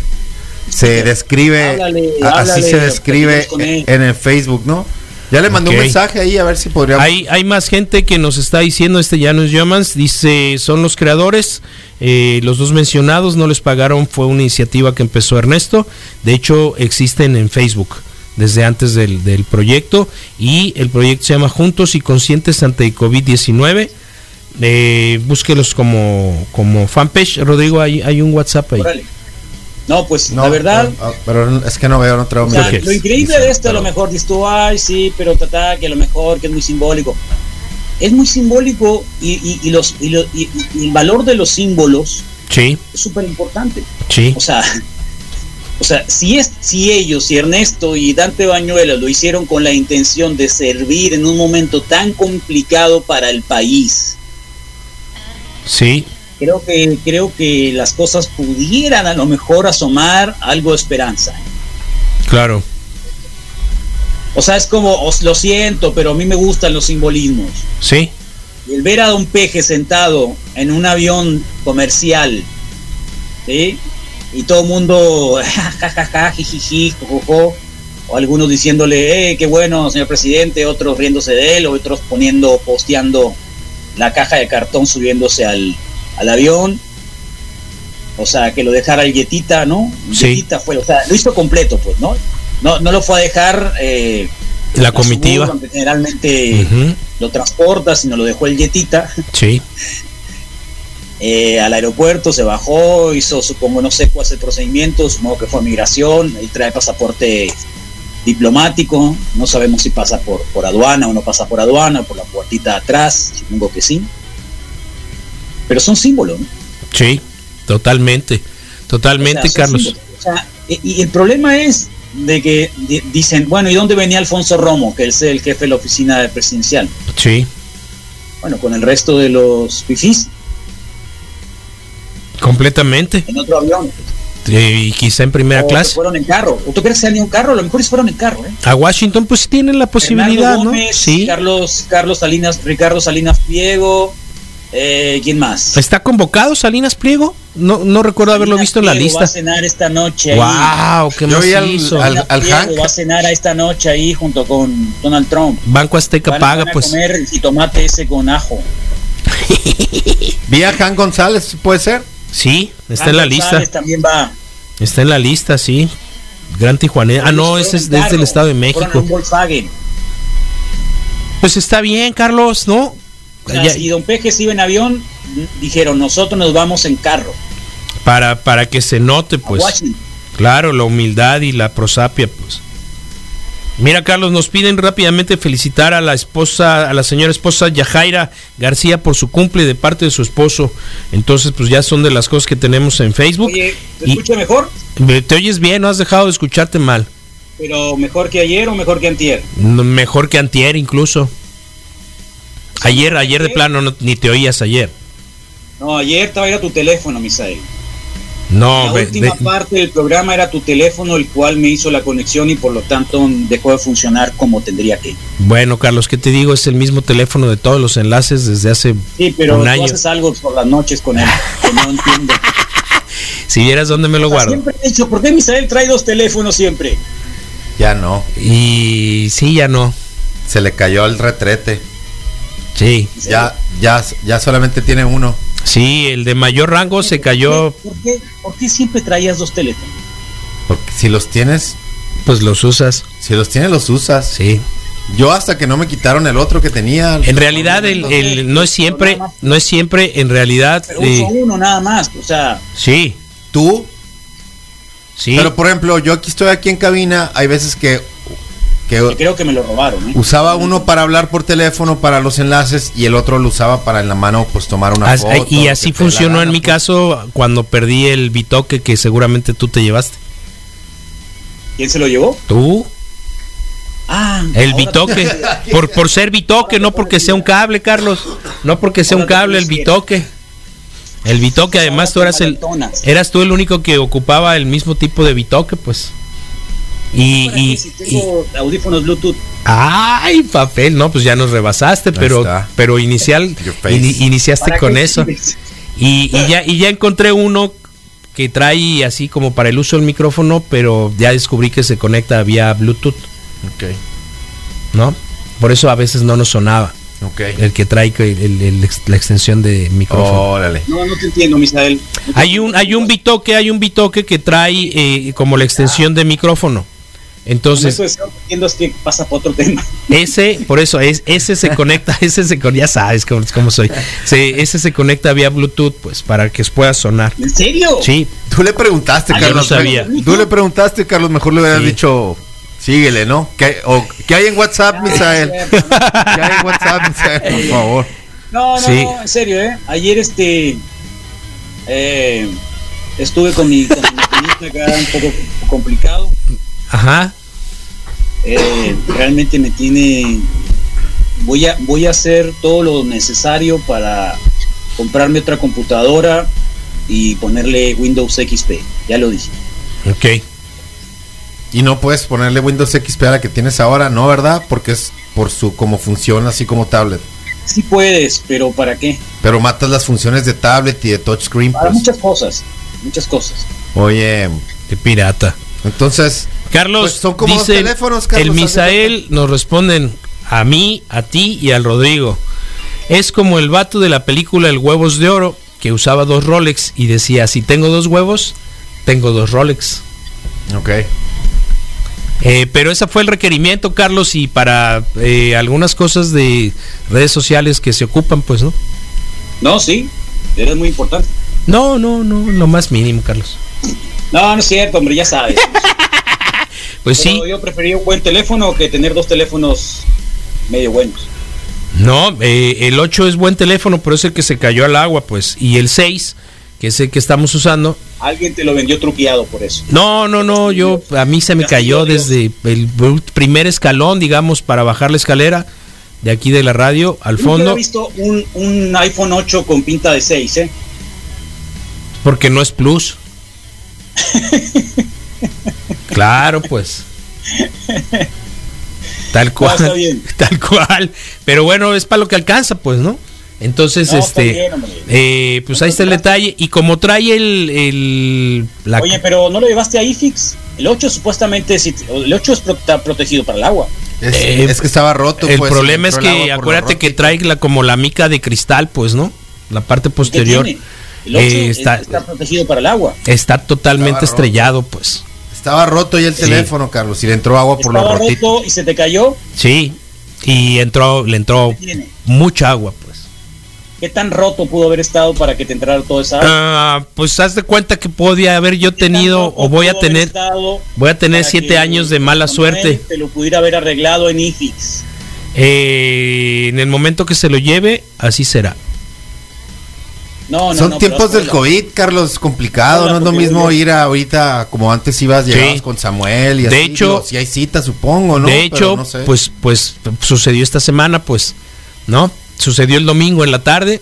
Speaker 2: se describe,
Speaker 3: Háblale,
Speaker 2: a- así
Speaker 3: háblale,
Speaker 2: se describe
Speaker 3: platicamos con él.
Speaker 2: en el Facebook, ¿no? Ya le mandé
Speaker 1: Ok.
Speaker 2: un mensaje ahí a ver si podríamos.
Speaker 1: Hay, hay más gente que nos está diciendo, este Janus Yomans, dice, son los creadores, eh, los dos mencionados no les pagaron, fue una iniciativa que empezó Ernesto, de hecho existen en Facebook desde antes del, del proyecto y el proyecto se llama Juntos y Conscientes ante COVID-19. Eh, búsquelos como, como fanpage. Rodrigo, hay, hay un WhatsApp ahí.
Speaker 3: Órale. No, pues
Speaker 2: No,
Speaker 3: la verdad,
Speaker 2: ah, pero es que no veo, no traigo
Speaker 3: o sea,
Speaker 1: ok.
Speaker 2: mi-
Speaker 3: lo increíble
Speaker 2: mi-
Speaker 3: de esto, a lo
Speaker 2: pero-
Speaker 3: mejor dices tú, ay, sí, pero tata, que a lo mejor, que es muy simbólico. Es muy simbólico y, y- y los, y, lo- y- y el valor de los símbolos
Speaker 1: Sí,
Speaker 3: es súper importante.
Speaker 1: sí.
Speaker 3: O sea, o sea si, es, si ellos, si Ernesto y Dante Bañuelos lo hicieron con la intención de servir en un momento tan complicado para el país,
Speaker 1: Sí,
Speaker 3: creo que, creo que las cosas pudieran a lo mejor asomar algo de esperanza.
Speaker 1: claro.
Speaker 3: O sea, es como, os lo siento, pero a mí me gustan los simbolismos.
Speaker 1: Sí,
Speaker 3: Y el ver a Don Peje sentado en un avión comercial, ¿sí? Y todo el mundo, jajaja, jijiji, jojojo, o algunos diciéndole, eh, qué bueno, señor presidente, otros riéndose de él, otros poniendo, posteando la caja de cartón subiéndose al, al avión. O sea, que lo dejara el Yetita, ¿no? El
Speaker 1: Sí.
Speaker 3: Yetita fue, o sea, lo hizo completo, pues, ¿no? No, no lo fue a dejar eh,
Speaker 1: la comitiva.
Speaker 3: Suburban, que generalmente
Speaker 1: Ujú,
Speaker 3: lo transporta, sino lo dejó el Yetita
Speaker 1: Sí,
Speaker 3: eh, al aeropuerto, se bajó, hizo, supongo, no sé cuál es el procedimiento, supongo que fue migración, él trae pasaporte diplomático, no sabemos si pasa por, por aduana o no pasa por aduana, por la puertita atrás, supongo que sí. Pero son símbolos, ¿no?
Speaker 1: sí, totalmente. Totalmente,
Speaker 3: O sea, son
Speaker 1: Carlos.
Speaker 3: símbolos. O sea, e- y el problema es de que di- dicen, bueno, ¿y dónde venía Alfonso Romo, que es el jefe de la oficina presidencial?
Speaker 1: Sí,
Speaker 3: Bueno, con el resto de los fifís,
Speaker 1: completamente.
Speaker 3: en otro avión.
Speaker 1: Eh, y quizá en primera
Speaker 3: o que
Speaker 1: clase.
Speaker 3: fueron en carro. ¿O tú crees que salió en carro? A lo mejor se fueron en carro, ¿eh?
Speaker 1: A Washington pues tienen la posibilidad,
Speaker 3: Fernando
Speaker 1: ¿no?
Speaker 3: Gómez,
Speaker 1: Sí.
Speaker 3: Carlos, Carlos Salinas, Ricardo Salinas Pliego, eh, ¿quién más?
Speaker 1: ¿Está convocado Salinas Pliego? No, no recuerdo Pues, haberlo
Speaker 3: Salinas
Speaker 1: visto en la
Speaker 3: Pliego va
Speaker 1: lista.
Speaker 3: a cenar esta noche ahí.
Speaker 1: ¡Wow! ¿Qué
Speaker 2: Yo
Speaker 1: más
Speaker 2: vi al-
Speaker 1: hizo?
Speaker 2: al-
Speaker 3: Salinas Pliego
Speaker 2: Hank.
Speaker 3: va a cenar a esta noche ahí junto con Donald Trump.
Speaker 1: Banco Azteca
Speaker 3: Van-
Speaker 1: paga,
Speaker 3: van a
Speaker 1: pues.
Speaker 3: comer el jitomate ese con ajo.
Speaker 2: Vía Jan González, ¿puede ser?
Speaker 1: Sí, está en la
Speaker 3: Carlos
Speaker 1: lista.
Speaker 3: Sales también va.
Speaker 1: Está en la lista, sí. Gran Tijuana. Ah, no,
Speaker 3: Fueron
Speaker 1: ese es
Speaker 3: en
Speaker 1: desde el
Speaker 3: carro,
Speaker 1: Estado de
Speaker 3: fueron en
Speaker 1: México.
Speaker 3: un Volkswagen.
Speaker 1: Pues está bien, Carlos, ¿no?
Speaker 3: O sea,
Speaker 1: Ya-
Speaker 3: si Don Peje se iba en avión, dijeron, nosotros nos vamos en carro
Speaker 1: para, para que se note,
Speaker 3: a
Speaker 1: pues.
Speaker 3: Washington.
Speaker 1: Claro, la humildad y la prosapia, pues. Mira, Carlos, nos piden rápidamente felicitar a la esposa, a la señora esposa Yajaira García por su cumple de parte de su esposo. Entonces, pues ya son de las cosas que tenemos en Facebook.
Speaker 3: Oye, ¿te
Speaker 1: Y-
Speaker 3: escucho mejor?
Speaker 1: Me- Te oyes bien, no has dejado de escucharte mal.
Speaker 3: Pero mejor que ayer o mejor que antier.
Speaker 1: No, Mejor que antier incluso. Ayer, ayer de plano no- ni te oías ayer.
Speaker 3: No, ayer todavía era tu teléfono, Misael.
Speaker 1: No,
Speaker 3: la
Speaker 1: ve-
Speaker 3: última
Speaker 1: de-
Speaker 3: parte del programa era tu teléfono, el cual me hizo la conexión y por lo tanto dejó de funcionar como tendría que.
Speaker 1: bueno, Carlos, ¿qué te digo? Es el mismo teléfono de todos los enlaces desde hace
Speaker 3: Sí, pero
Speaker 1: un
Speaker 3: tú
Speaker 1: año.
Speaker 3: haces algo por las noches con él, que no entiendo.
Speaker 1: Si vieras dónde me lo
Speaker 3: O sea,
Speaker 1: guardo.
Speaker 3: siempre he dicho, ¿por qué Misael trae dos teléfonos siempre?
Speaker 2: Ya no.
Speaker 1: Y sí, ya no.
Speaker 2: Se le cayó el retrete.
Speaker 1: Sí,
Speaker 2: Ya, ya, ya solamente tiene uno.
Speaker 1: sí, el de mayor rango se cayó,
Speaker 3: ¿Por qué, por qué siempre traías dos teléfonos?
Speaker 2: Porque si los tienes,
Speaker 1: pues los usas.
Speaker 2: si los tienes, los usas.
Speaker 1: Sí,
Speaker 2: Yo hasta que no me quitaron el otro que tenía.
Speaker 1: En realidad, el, el- no es siempre, no es siempre, en realidad.
Speaker 3: Pero
Speaker 1: eh,
Speaker 3: uso uno nada más, o sea,
Speaker 1: sí,
Speaker 2: Tú,
Speaker 1: sí.
Speaker 2: pero por ejemplo, yo aquí estoy aquí en cabina, hay veces que,
Speaker 3: que
Speaker 2: que
Speaker 3: creo que me lo robaron. ¿eh?
Speaker 2: usaba uno para hablar por teléfono para los enlaces y el otro lo usaba para en la mano pues tomar una
Speaker 1: As-
Speaker 2: foto.
Speaker 1: y así
Speaker 2: que te la
Speaker 1: funcionó
Speaker 2: gana,
Speaker 1: en mi
Speaker 2: pues.
Speaker 1: caso cuando perdí el bitoque que seguramente tú te llevaste.
Speaker 3: ¿Quién se lo llevó?
Speaker 1: ¿Tú?
Speaker 3: Ah,
Speaker 1: El
Speaker 3: ahora
Speaker 1: bitoque.
Speaker 3: tú-
Speaker 1: Por, por ser bitoque, no porque sea un cable, Carlos. No porque sea un cable, el bitoque. El bitoque, además tú eras el, eras tú el único que ocupaba el mismo tipo de bitoque, pues. Y,
Speaker 3: Ahora que
Speaker 1: y,
Speaker 3: si
Speaker 1: y-
Speaker 3: tengo audífonos Bluetooth,
Speaker 1: ay, papel, no, pues ya nos rebasaste, pero,
Speaker 2: está.
Speaker 1: pero inicial,
Speaker 2: Your face.
Speaker 1: ini- iniciaste
Speaker 3: ¿para
Speaker 1: con
Speaker 3: qué
Speaker 1: eso.
Speaker 3: sirves?
Speaker 1: Y, y ya, y ya encontré uno que trae así como para el uso del micrófono, pero ya descubrí que se conecta vía Bluetooth, ¿no? Por eso a veces no nos sonaba
Speaker 2: Ok, ok.
Speaker 1: el que trae que el- el ex- la extensión de micrófono.
Speaker 2: Órale.
Speaker 3: No, no te entiendo, Misael.
Speaker 1: Hay un hay un bitoque, hay un bitoque que trae eh, como la extensión de micrófono.
Speaker 3: Entonces,
Speaker 1: Entonces,
Speaker 3: eso es, entiendo es que pasa por otro tema.
Speaker 1: ese, por eso, es, ese se conecta, ese se con- ya sabes cómo, cómo soy. Se- ese se conecta vía Bluetooth, pues, para que pueda sonar.
Speaker 3: ¿En serio?
Speaker 1: Sí,
Speaker 2: Tú le preguntaste,
Speaker 1: Ah, yo
Speaker 2: Carlos.
Speaker 1: no sabía.
Speaker 2: Tú le preguntaste, Carlos, mejor le hubieras
Speaker 1: Sí.
Speaker 2: dicho, síguele, ¿no? ¿Qué, o, ¿qué hay en WhatsApp, Misael? ¿Qué hay en WhatsApp, Misael? Por favor.
Speaker 3: No, no,
Speaker 1: Sí.
Speaker 3: no, en serio, ¿eh? Ayer este. eh, estuve con mi, con mi maquinista acá un poco complicado.
Speaker 1: ajá.
Speaker 3: Eh, realmente me tiene. Voy a, voy a hacer todo lo necesario para comprarme otra computadora y ponerle Windows XP. Ya lo dije.
Speaker 1: Ok.
Speaker 2: Y no puedes ponerle Windows XP a la que tienes ahora, ¿no? ¿Verdad? Porque es por su como funciona así como tablet.
Speaker 3: Sí puedes, pero ¿para qué?
Speaker 2: Pero matas las funciones de tablet y de touchscreen.
Speaker 3: Para
Speaker 2: Pues.
Speaker 3: muchas cosas. Muchas cosas.
Speaker 2: Oye,
Speaker 1: Qué pirata.
Speaker 2: entonces,
Speaker 1: Carlos,
Speaker 2: Pues son como dos
Speaker 1: dicen,
Speaker 2: teléfonos, Carlos,
Speaker 1: el
Speaker 2: haz de
Speaker 1: Misael nos responden a mí, a ti y al Rodrigo. Es como el vato de la película El Huevos de Oro, que usaba dos Rolex y decía, si tengo dos huevos, tengo dos Rolex.
Speaker 2: ok.
Speaker 1: Eh, pero ese fue el requerimiento, Carlos, y para eh, algunas cosas de redes sociales que se ocupan, pues, ¿no?
Speaker 3: No, sí. Eres muy importante.
Speaker 1: No, no, no, lo más mínimo, Carlos.
Speaker 3: No, no es cierto, hombre, ya sabes.
Speaker 1: Pues
Speaker 3: Pero
Speaker 1: sí,
Speaker 3: Yo prefería un buen teléfono que tener dos teléfonos medio buenos.
Speaker 1: no, eh, el 8 es buen teléfono, pero es el que se cayó al agua, pues, y el 6, que es el que estamos usando,
Speaker 3: Alguien te lo vendió truqueado por eso.
Speaker 1: No, no, no, yo a mí se me cayó desde el br- primer escalón, digamos, para bajar la escalera de aquí de la radio al
Speaker 3: Yo nunca
Speaker 1: fondo,
Speaker 3: he visto un, un iPhone 8 con pinta de 6, ¿eh?
Speaker 1: porque no es plus. Claro, pues. Tal cual.
Speaker 3: está bien.
Speaker 1: Tal cual. Pero bueno, es para lo que alcanza, pues, ¿no? Entonces,
Speaker 3: No, está
Speaker 1: este,
Speaker 3: bien, hombre.
Speaker 1: eh, pues ahí está el detalle. Y como trae el, el- la-
Speaker 3: Oye, pero ¿no lo llevaste a iFix? El 8 supuestamente, si te- el 8 es pro- está protegido para el agua.
Speaker 2: Es,
Speaker 1: Eh,
Speaker 2: es que estaba roto.
Speaker 1: El
Speaker 2: pues,
Speaker 1: problema es
Speaker 2: entró el
Speaker 1: que
Speaker 2: agua por
Speaker 1: acuérdate
Speaker 2: lo
Speaker 1: que
Speaker 2: roto.
Speaker 1: trae la, como la mica de cristal, pues, ¿no? La parte
Speaker 3: ¿Qué
Speaker 1: posterior
Speaker 3: tiene? El 8
Speaker 1: eh,
Speaker 3: es-
Speaker 1: está-
Speaker 3: está, protegido para el agua.
Speaker 1: está totalmente
Speaker 2: Estaba roto.
Speaker 1: estrellado, pues.
Speaker 2: Estaba roto ya el
Speaker 1: Sí.
Speaker 2: teléfono, Carlos, y le entró agua por
Speaker 3: Estaba
Speaker 2: lo rotito.
Speaker 3: roto y se te cayó.
Speaker 1: Sí. Y entró, le entró
Speaker 3: ¿Qué tiene?
Speaker 1: mucha agua, pues.
Speaker 3: ¿Qué tan roto pudo haber estado para que te entrara toda esa agua?
Speaker 1: Ah, pues haz de cuenta que podía haber yo
Speaker 3: ¿Qué tan
Speaker 1: tenido
Speaker 3: roto
Speaker 1: o voy a
Speaker 3: pudo haber
Speaker 1: tener
Speaker 3: estado
Speaker 1: voy a tener
Speaker 3: para
Speaker 1: siete
Speaker 3: que
Speaker 1: años de mala
Speaker 3: Manuel
Speaker 1: suerte.
Speaker 3: Te lo pudiera haber arreglado en IFIX.
Speaker 1: Eh, en el momento que se lo lleve, así será.
Speaker 3: No, no,
Speaker 2: Son
Speaker 3: no,
Speaker 2: tiempos
Speaker 3: pero
Speaker 2: del
Speaker 3: hazlo.
Speaker 2: COVID, Carlos, complicado,
Speaker 3: Hola,
Speaker 2: no es lo
Speaker 3: porque yo-
Speaker 2: mismo ir a ahorita como antes ibas,
Speaker 1: Sí.
Speaker 2: llegabas con Samuel y
Speaker 1: De
Speaker 2: así,
Speaker 1: hecho-
Speaker 2: digo, si hay cita, supongo, ¿no?
Speaker 1: De
Speaker 2: Pero
Speaker 1: hecho,
Speaker 2: no sé.
Speaker 1: pues, pues sucedió esta semana, pues, ¿no? Sucedió el domingo en la tarde,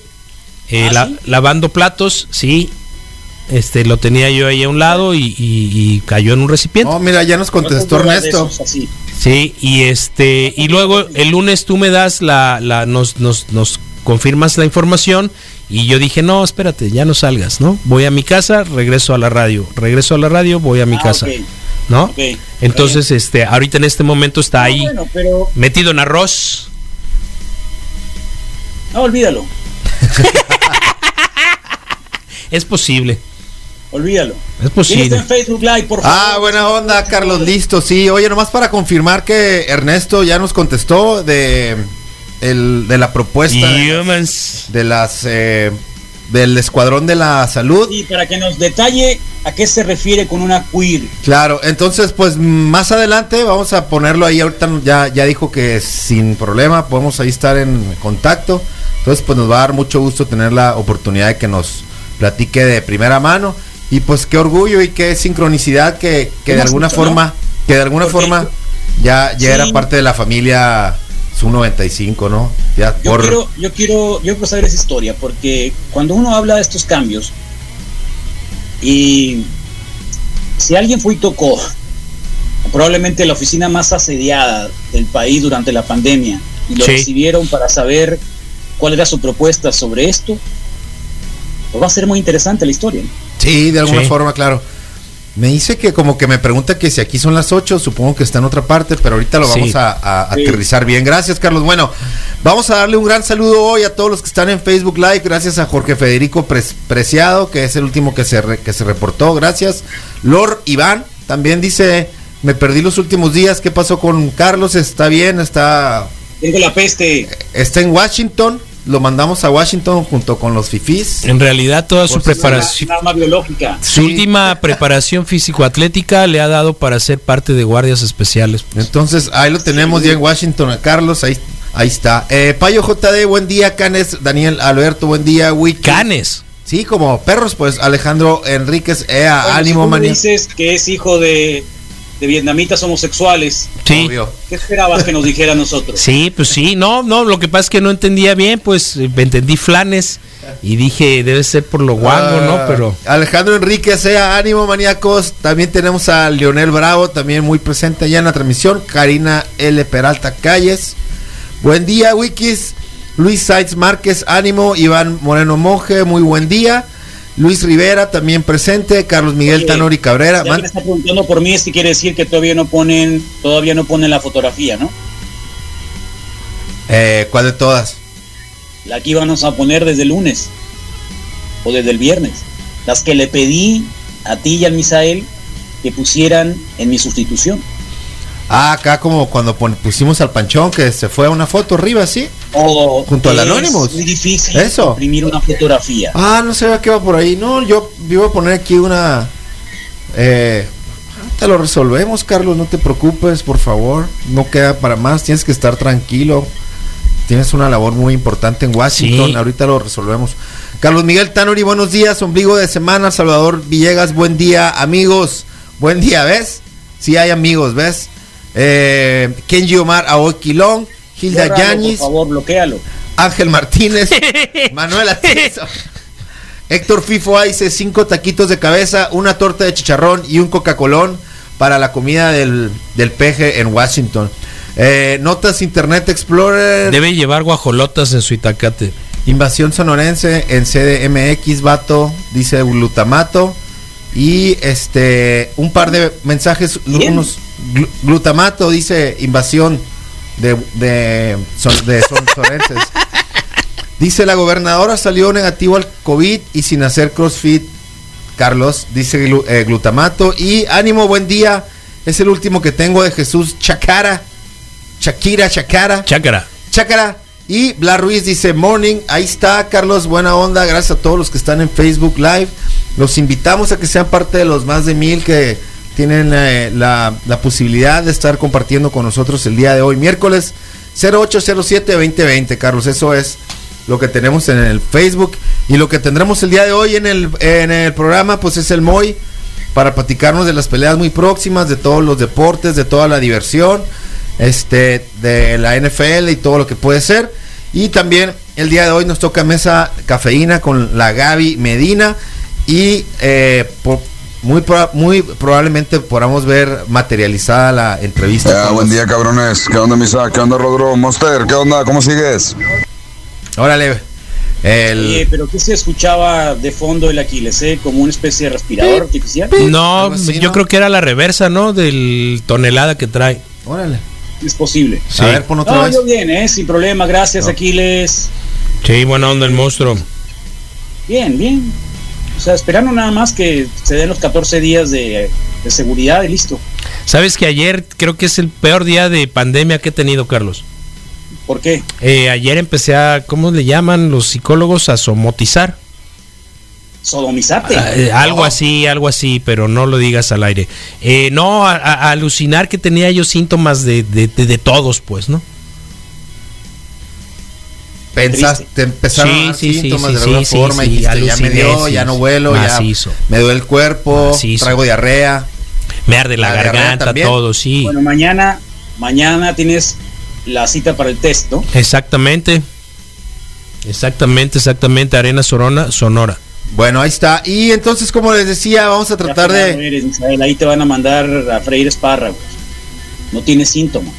Speaker 1: eh,
Speaker 3: ¿Ah,
Speaker 1: la-
Speaker 3: sí?
Speaker 1: lavando platos, sí. Este, lo tenía yo ahí a un lado y, y- y cayó en un recipiente.
Speaker 2: No, mira, ya nos
Speaker 3: No te
Speaker 2: contestó
Speaker 3: burlas de
Speaker 2: Ernesto.
Speaker 3: esos así.
Speaker 1: Sí, y este, y luego el lunes tú me das la, la nos, nos, nos confirmas la información y yo dije, no, espérate, ya no salgas, ¿no? Voy a mi casa, regreso a la radio, regreso a la radio, voy a mi
Speaker 3: Ah,
Speaker 1: casa,
Speaker 3: ok,
Speaker 1: ¿no?
Speaker 3: ok. Está
Speaker 1: Entonces, este, ahorita en este momento está
Speaker 3: bien.
Speaker 1: ahí
Speaker 3: No, bueno, pero
Speaker 1: metido en arroz.
Speaker 3: no, olvídalo.
Speaker 1: Es posible. Es
Speaker 3: Olvídalo. ¿Quién está
Speaker 1: posible.
Speaker 3: en Facebook Live, por favor?
Speaker 2: Ah, buena onda, Carlos, listo, sí. Oye, nomás para confirmar que Ernesto ya nos contestó de, el, de la propuesta de,
Speaker 1: Humans.
Speaker 2: de las eh, del Escuadrón de la Salud.
Speaker 3: Y para que nos detalle a qué se refiere con una queer.
Speaker 2: Claro, entonces pues más adelante vamos a ponerlo ahí, ahorita ya, ya dijo que sin problema podemos ahí estar en contacto, entonces pues nos va a dar mucho gusto tener la oportunidad de que nos platique de primera mano y pues qué orgullo y qué sincronicidad que, que de
Speaker 3: Hemos
Speaker 2: alguna
Speaker 3: dicho,
Speaker 2: forma, que de alguna
Speaker 3: Porque
Speaker 2: forma
Speaker 3: yo-
Speaker 2: ya, ya
Speaker 3: Sí.
Speaker 2: era parte de la familia Su 95, ¿no? Ya
Speaker 3: Yo
Speaker 2: por...
Speaker 3: quiero, yo quiero, yo quiero saber esa historia, porque cuando uno habla de estos cambios, y si alguien fue y tocó, probablemente la oficina más asediada del país durante la pandemia, y lo
Speaker 1: Sí.
Speaker 3: recibieron para saber cuál era su propuesta sobre esto, pues va a ser muy interesante la historia. ¿no?
Speaker 2: Sí, de alguna
Speaker 1: Sí.
Speaker 2: forma, claro. Me dice que como que me pregunta que si aquí son las 8, supongo que está en otra parte, pero ahorita lo
Speaker 1: Sí.
Speaker 2: vamos a, a
Speaker 3: Sí.
Speaker 2: aterrizar bien. Gracias, Carlos. Bueno, vamos a darle un gran saludo hoy a todos los que están en Facebook Live. Gracias a Jorge Federico Pres- Preciado, que es el último que se, re- que se reportó. Gracias. Lord Iván también dice, me perdí los últimos días. ¿Qué pasó con Carlos? ¿Está bien? ¿Está,
Speaker 3: Tengo la peste.
Speaker 2: está en Washington? Lo mandamos a Washington junto con los fifís.
Speaker 1: En realidad toda su
Speaker 2: Por si
Speaker 3: Una,
Speaker 1: preparación,
Speaker 3: una arma biológica.
Speaker 1: su
Speaker 2: Sí.
Speaker 1: última preparación físico-atlética le ha dado para ser parte de guardias especiales. pues.
Speaker 2: Entonces, ahí lo tenemos ya en Washington, a Carlos, ahí, ahí está. Eh, Payo JD, buen día, Canes, Daniel Alberto, buen día, Wiki.
Speaker 1: Canes.
Speaker 2: Sí, como perros, pues, Alejandro Enríquez, ea,
Speaker 3: Oye,
Speaker 2: Ah, ánimo,
Speaker 3: tú me
Speaker 2: maní.
Speaker 3: dices que es hijo de, de vietnamitas homosexuales.
Speaker 1: Sí.
Speaker 2: Obvio.
Speaker 3: ¿Qué esperabas que nos dijera a nosotros?
Speaker 1: Sí, pues sí, no, no, lo que pasa es que no entendía bien, pues eh, entendí flanes y dije, debe ser por lo guango,
Speaker 2: Ah,
Speaker 1: ¿no? Pero
Speaker 2: Alejandro Enríquez, ea, ánimo, maníacos. También tenemos a Leonel Bravo, también muy presente allá en la transmisión. Karina L. Peralta Calles. Buen día, Wikis. Luis Sainz Márquez, ánimo. Iván Moreno Monje, muy buen día. Luis Rivera, también presente. Carlos Miguel
Speaker 3: Oye,
Speaker 2: Tanori Cabrera.
Speaker 3: Ya quien
Speaker 2: Man-
Speaker 3: está preguntando por mí, si quiere decir que todavía no ponen, todavía no ponen la fotografía, ¿no?
Speaker 2: Eh, ¿Cuál de todas?
Speaker 3: La que íbamos a poner desde el lunes o desde el viernes. Las que le pedí a ti y al Misael que pusieran en mi sustitución.
Speaker 2: Ah, acá como cuando pon- pusimos al panchón que se fue a una foto arriba, ¿sí?
Speaker 3: O
Speaker 2: Junto al
Speaker 3: es
Speaker 2: Anonymous.
Speaker 3: Muy difícil
Speaker 2: Eso.
Speaker 3: imprimir una fotografía.
Speaker 2: Ah, no sé qué va por ahí. No, yo iba a poner aquí una. Eh, te lo resolvemos, Carlos. No te preocupes, por favor. No queda para más. Tienes que estar tranquilo. Tienes una labor muy importante en Washington.
Speaker 1: Sí.
Speaker 2: Ahorita lo resolvemos. Carlos Miguel Tanuri, buenos días. Ombligo de semana. Salvador Villegas, buen día, amigos. Buen día, ¿ves? Sí hay amigos, ¿ves? Eh, Kenji Omar Aoquilón, Hilda
Speaker 3: Bórralo,
Speaker 2: Yañez.
Speaker 3: Por favor, bloquealo.
Speaker 2: Ángel Martínez, Manuel Atienzo, Héctor Fifo Aice, cinco taquitos de cabeza, una torta de chicharrón y un Coca-Colón para la comida del, del peje en Washington. Eh, notas Internet Explorer,
Speaker 1: debe llevar guajolotas en su itacate.
Speaker 2: Invasión Sonorense en CDMX, Vato, dice Glutamato. Y este, un par de mensajes, glu-
Speaker 3: Bien.
Speaker 2: unos glu- Glutamato dice Invasión de, de, son- de son- Sonorenses. Dice la gobernadora salió negativo al COVID y sin hacer CrossFit. Carlos dice glu- eh, glutamato y ánimo, buen día. Es el último que tengo de Jesús Chacara. Shakira, Chacara.
Speaker 1: Chácara.
Speaker 2: Chácara. Y Bla Ruiz dice, morning, ahí está Carlos, buena onda, gracias a todos los que están en Facebook Live. Los invitamos a que sean parte de los más de mil que tienen eh, la, la posibilidad de estar compartiendo con nosotros el día de hoy, miércoles 0807-2020, Carlos, eso es lo que tenemos en el Facebook y lo que tendremos el día de hoy en el, en el programa, pues es el MOI para platicarnos de las peleas muy próximas, de todos los deportes, de toda la diversión, este, de la NFL y todo lo que puede ser. Y también el día de hoy nos toca mesa cafeína con la Gaby Medina y eh, por- muy, proba- muy probablemente podamos ver materializada la entrevista.
Speaker 4: Ya,
Speaker 2: con
Speaker 4: Eh, buen
Speaker 2: los-
Speaker 4: día, cabrones. ¿Qué onda, Misa? ¿Qué onda, Rodro? Monster, ¿qué onda? ¿Cómo sigues?
Speaker 2: Órale. El,
Speaker 3: Oye, pero ¿qué se escuchaba de fondo el Aquiles, eh? Como una especie de respirador artificial.
Speaker 1: No,
Speaker 2: Algo así,
Speaker 1: yo
Speaker 2: ¿no?
Speaker 1: creo que era la reversa, ¿no? Del tonelada que trae.
Speaker 2: órale.
Speaker 3: Es posible.
Speaker 1: Sí.
Speaker 2: A ver, pon otra
Speaker 3: No,
Speaker 2: vez.
Speaker 3: yo bien, ¿eh? Sin problema, gracias Aquiles.
Speaker 1: Sí, buena onda el monstruo.
Speaker 3: Bien, bien. O sea, esperando nada más que se den los 14 días de, de seguridad y listo.
Speaker 1: Sabes que ayer creo que es el peor día de pandemia que he tenido, Carlos.
Speaker 3: ¿Por qué?
Speaker 1: Eh, ayer empecé a, ¿cómo le llaman los psicólogos? A somotizar.
Speaker 3: Sodomizarte.
Speaker 1: Ah, eh, algo así, algo así, pero no lo digas al aire. Eh, no, a, a- a alucinar que tenía yo síntomas de, de- de- de todos, pues, ¿no?
Speaker 2: Pensaste, te empezaron
Speaker 1: Sí,
Speaker 2: a dar
Speaker 1: sí, sí,
Speaker 2: síntomas
Speaker 1: sí,
Speaker 2: de alguna
Speaker 1: sí,
Speaker 2: forma
Speaker 1: sí,
Speaker 2: y dijiste, ya me
Speaker 1: aluciné,
Speaker 2: dio,
Speaker 1: sí,
Speaker 2: ya no
Speaker 1: sí,
Speaker 2: vuelo,
Speaker 1: macizo.
Speaker 2: ya me duele el cuerpo,
Speaker 1: Macizo.
Speaker 2: traigo diarrea.
Speaker 1: Me arde la,
Speaker 2: La diarrea
Speaker 1: garganta,
Speaker 2: también.
Speaker 1: todo, sí.
Speaker 3: Bueno, mañana, mañana tienes la cita para el test, ¿no?
Speaker 1: Exactamente. Exactamente, exactamente. Arena Sorona, Sonora.
Speaker 2: Bueno, ahí está. Y entonces, como les decía, vamos a tratar
Speaker 3: Ya,
Speaker 2: de...
Speaker 3: no eres, Misael, ahí te van a mandar a freír espárragos. No tienes síntoma.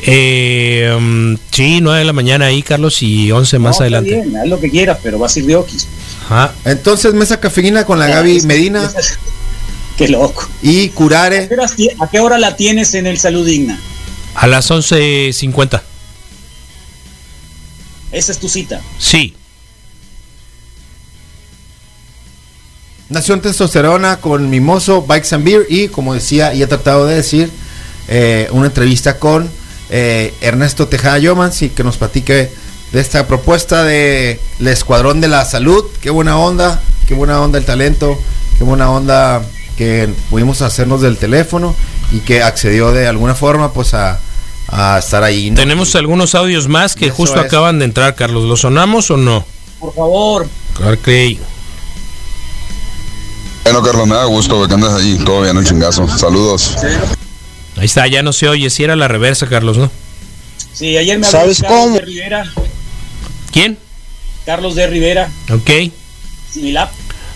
Speaker 1: Eh, mm, sí, 9 de la mañana ahí, Carlos, y 11 más
Speaker 3: No, está
Speaker 1: adelante.
Speaker 3: bien, haz lo que quieras, pero vas a ir de oquis.
Speaker 1: Ajá.
Speaker 2: Entonces, mesa cafeína con la Gaby Medina
Speaker 3: Qué loco.
Speaker 2: y
Speaker 3: ¿A
Speaker 2: curare.
Speaker 3: qué horas ti- ¿A qué hora la tienes en el Salud Digna?
Speaker 1: A las 11.50.
Speaker 3: Esa es tu cita.
Speaker 1: Sí.
Speaker 2: Nación Testosterona con Mimoso, Bikes and Beer y, como decía y he tratado de decir, eh, una entrevista con eh, Ernesto Tejada Yomans y que nos platique de esta propuesta de el Escuadrón de la Salud. Qué buena onda, qué buena onda el talento, qué buena onda que pudimos hacernos del teléfono y que accedió de alguna forma pues a, a estar ahí. ¿no?
Speaker 1: Tenemos algunos audios más que
Speaker 2: Eso
Speaker 1: justo
Speaker 2: es.
Speaker 1: acaban de entrar, Carlos. ¿Los sonamos o no?
Speaker 3: Por favor,
Speaker 1: Claro que
Speaker 4: Bueno, Carlos, me da gusto güey, que andas ahí. Todo bien, el chingazo. Saludos.
Speaker 1: Ahí está, ya no se oye. Si era la reversa, Carlos, ¿no?
Speaker 3: sí, ayer me habló
Speaker 5: ¿Sabes
Speaker 3: Carlos
Speaker 5: cómo?
Speaker 3: de Rivera,
Speaker 1: ¿Quién?
Speaker 3: Carlos de Rivera,
Speaker 1: Ok.
Speaker 3: Similab.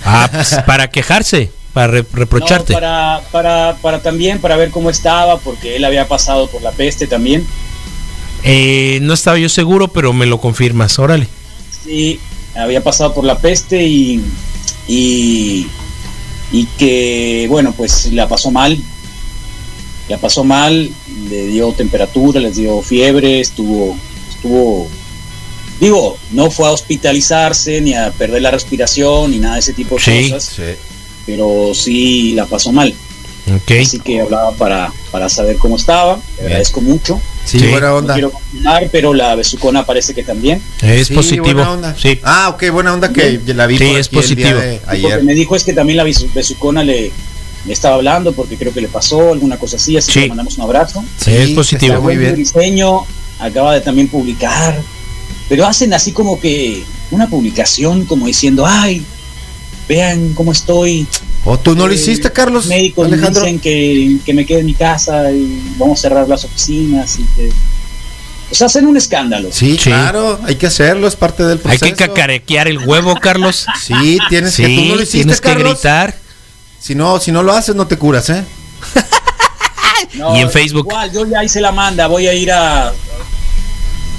Speaker 1: Ah, pues, para quejarse, para re-
Speaker 3: No,
Speaker 1: reprocharte.
Speaker 3: para, para, para también, para ver cómo estaba, porque él había pasado por la peste también.
Speaker 1: Eh, no estaba yo seguro, pero me lo confirmas. Órale.
Speaker 3: Sí, había pasado por la peste y, y, y que, bueno, pues la pasó mal. La pasó mal, le dio temperatura, les dio fiebre, estuvo, estuvo, digo, no fue a hospitalizarse ni a perder la respiración ni nada de ese tipo de
Speaker 1: Sí.
Speaker 3: cosas,
Speaker 2: Sí.
Speaker 3: pero sí la pasó mal.
Speaker 1: Ok.
Speaker 3: Así que hablaba para, para saber cómo estaba, le
Speaker 2: Bien.
Speaker 3: agradezco mucho.
Speaker 2: Sí,
Speaker 1: Sí.
Speaker 2: buena onda.
Speaker 3: No quiero confirmar, pero la besucona parece que también.
Speaker 1: Es
Speaker 2: Sí,
Speaker 1: positivo.
Speaker 2: buena onda.
Speaker 1: Sí.
Speaker 2: Ah, ok, buena onda que la vi
Speaker 1: Sí,
Speaker 2: por
Speaker 1: es
Speaker 2: aquí el día
Speaker 1: positivo.
Speaker 2: de
Speaker 3: Y Lo que
Speaker 2: ayer.
Speaker 3: me dijo es que también la besu- besucona le, le estaba hablando porque creo que le pasó alguna cosa así, así
Speaker 1: Sí.
Speaker 3: que le mandamos un abrazo.
Speaker 1: Sí, es positivo.
Speaker 2: está muy
Speaker 3: Buen
Speaker 2: bien.
Speaker 3: diseño, acaba de también publicar, pero hacen así como que una publicación como diciendo, ay, vean cómo estoy.
Speaker 2: ¿O tú Pues no lo
Speaker 3: Eh,
Speaker 2: hiciste, Carlos?
Speaker 3: Los médicos me
Speaker 2: Alejandro.
Speaker 3: dicen que, que me quede en mi casa y vamos a cerrar las oficinas y que... O sea, hacen un escándalo.
Speaker 2: Sí,
Speaker 1: Sí.
Speaker 2: claro, hay que hacerlo, es parte del
Speaker 1: Hay
Speaker 2: proceso.
Speaker 1: que cacarequear el huevo, Carlos.
Speaker 2: Sí, pues tienes que tú
Speaker 1: Sí,
Speaker 2: no lo hiciste,
Speaker 1: tienes que
Speaker 2: Carlos.
Speaker 1: gritar.
Speaker 2: Si no, si no lo haces, no te curas, ¿eh?
Speaker 3: No,
Speaker 1: Y en Facebook.
Speaker 3: Igual, yo ya hice la manda, voy a ir a, a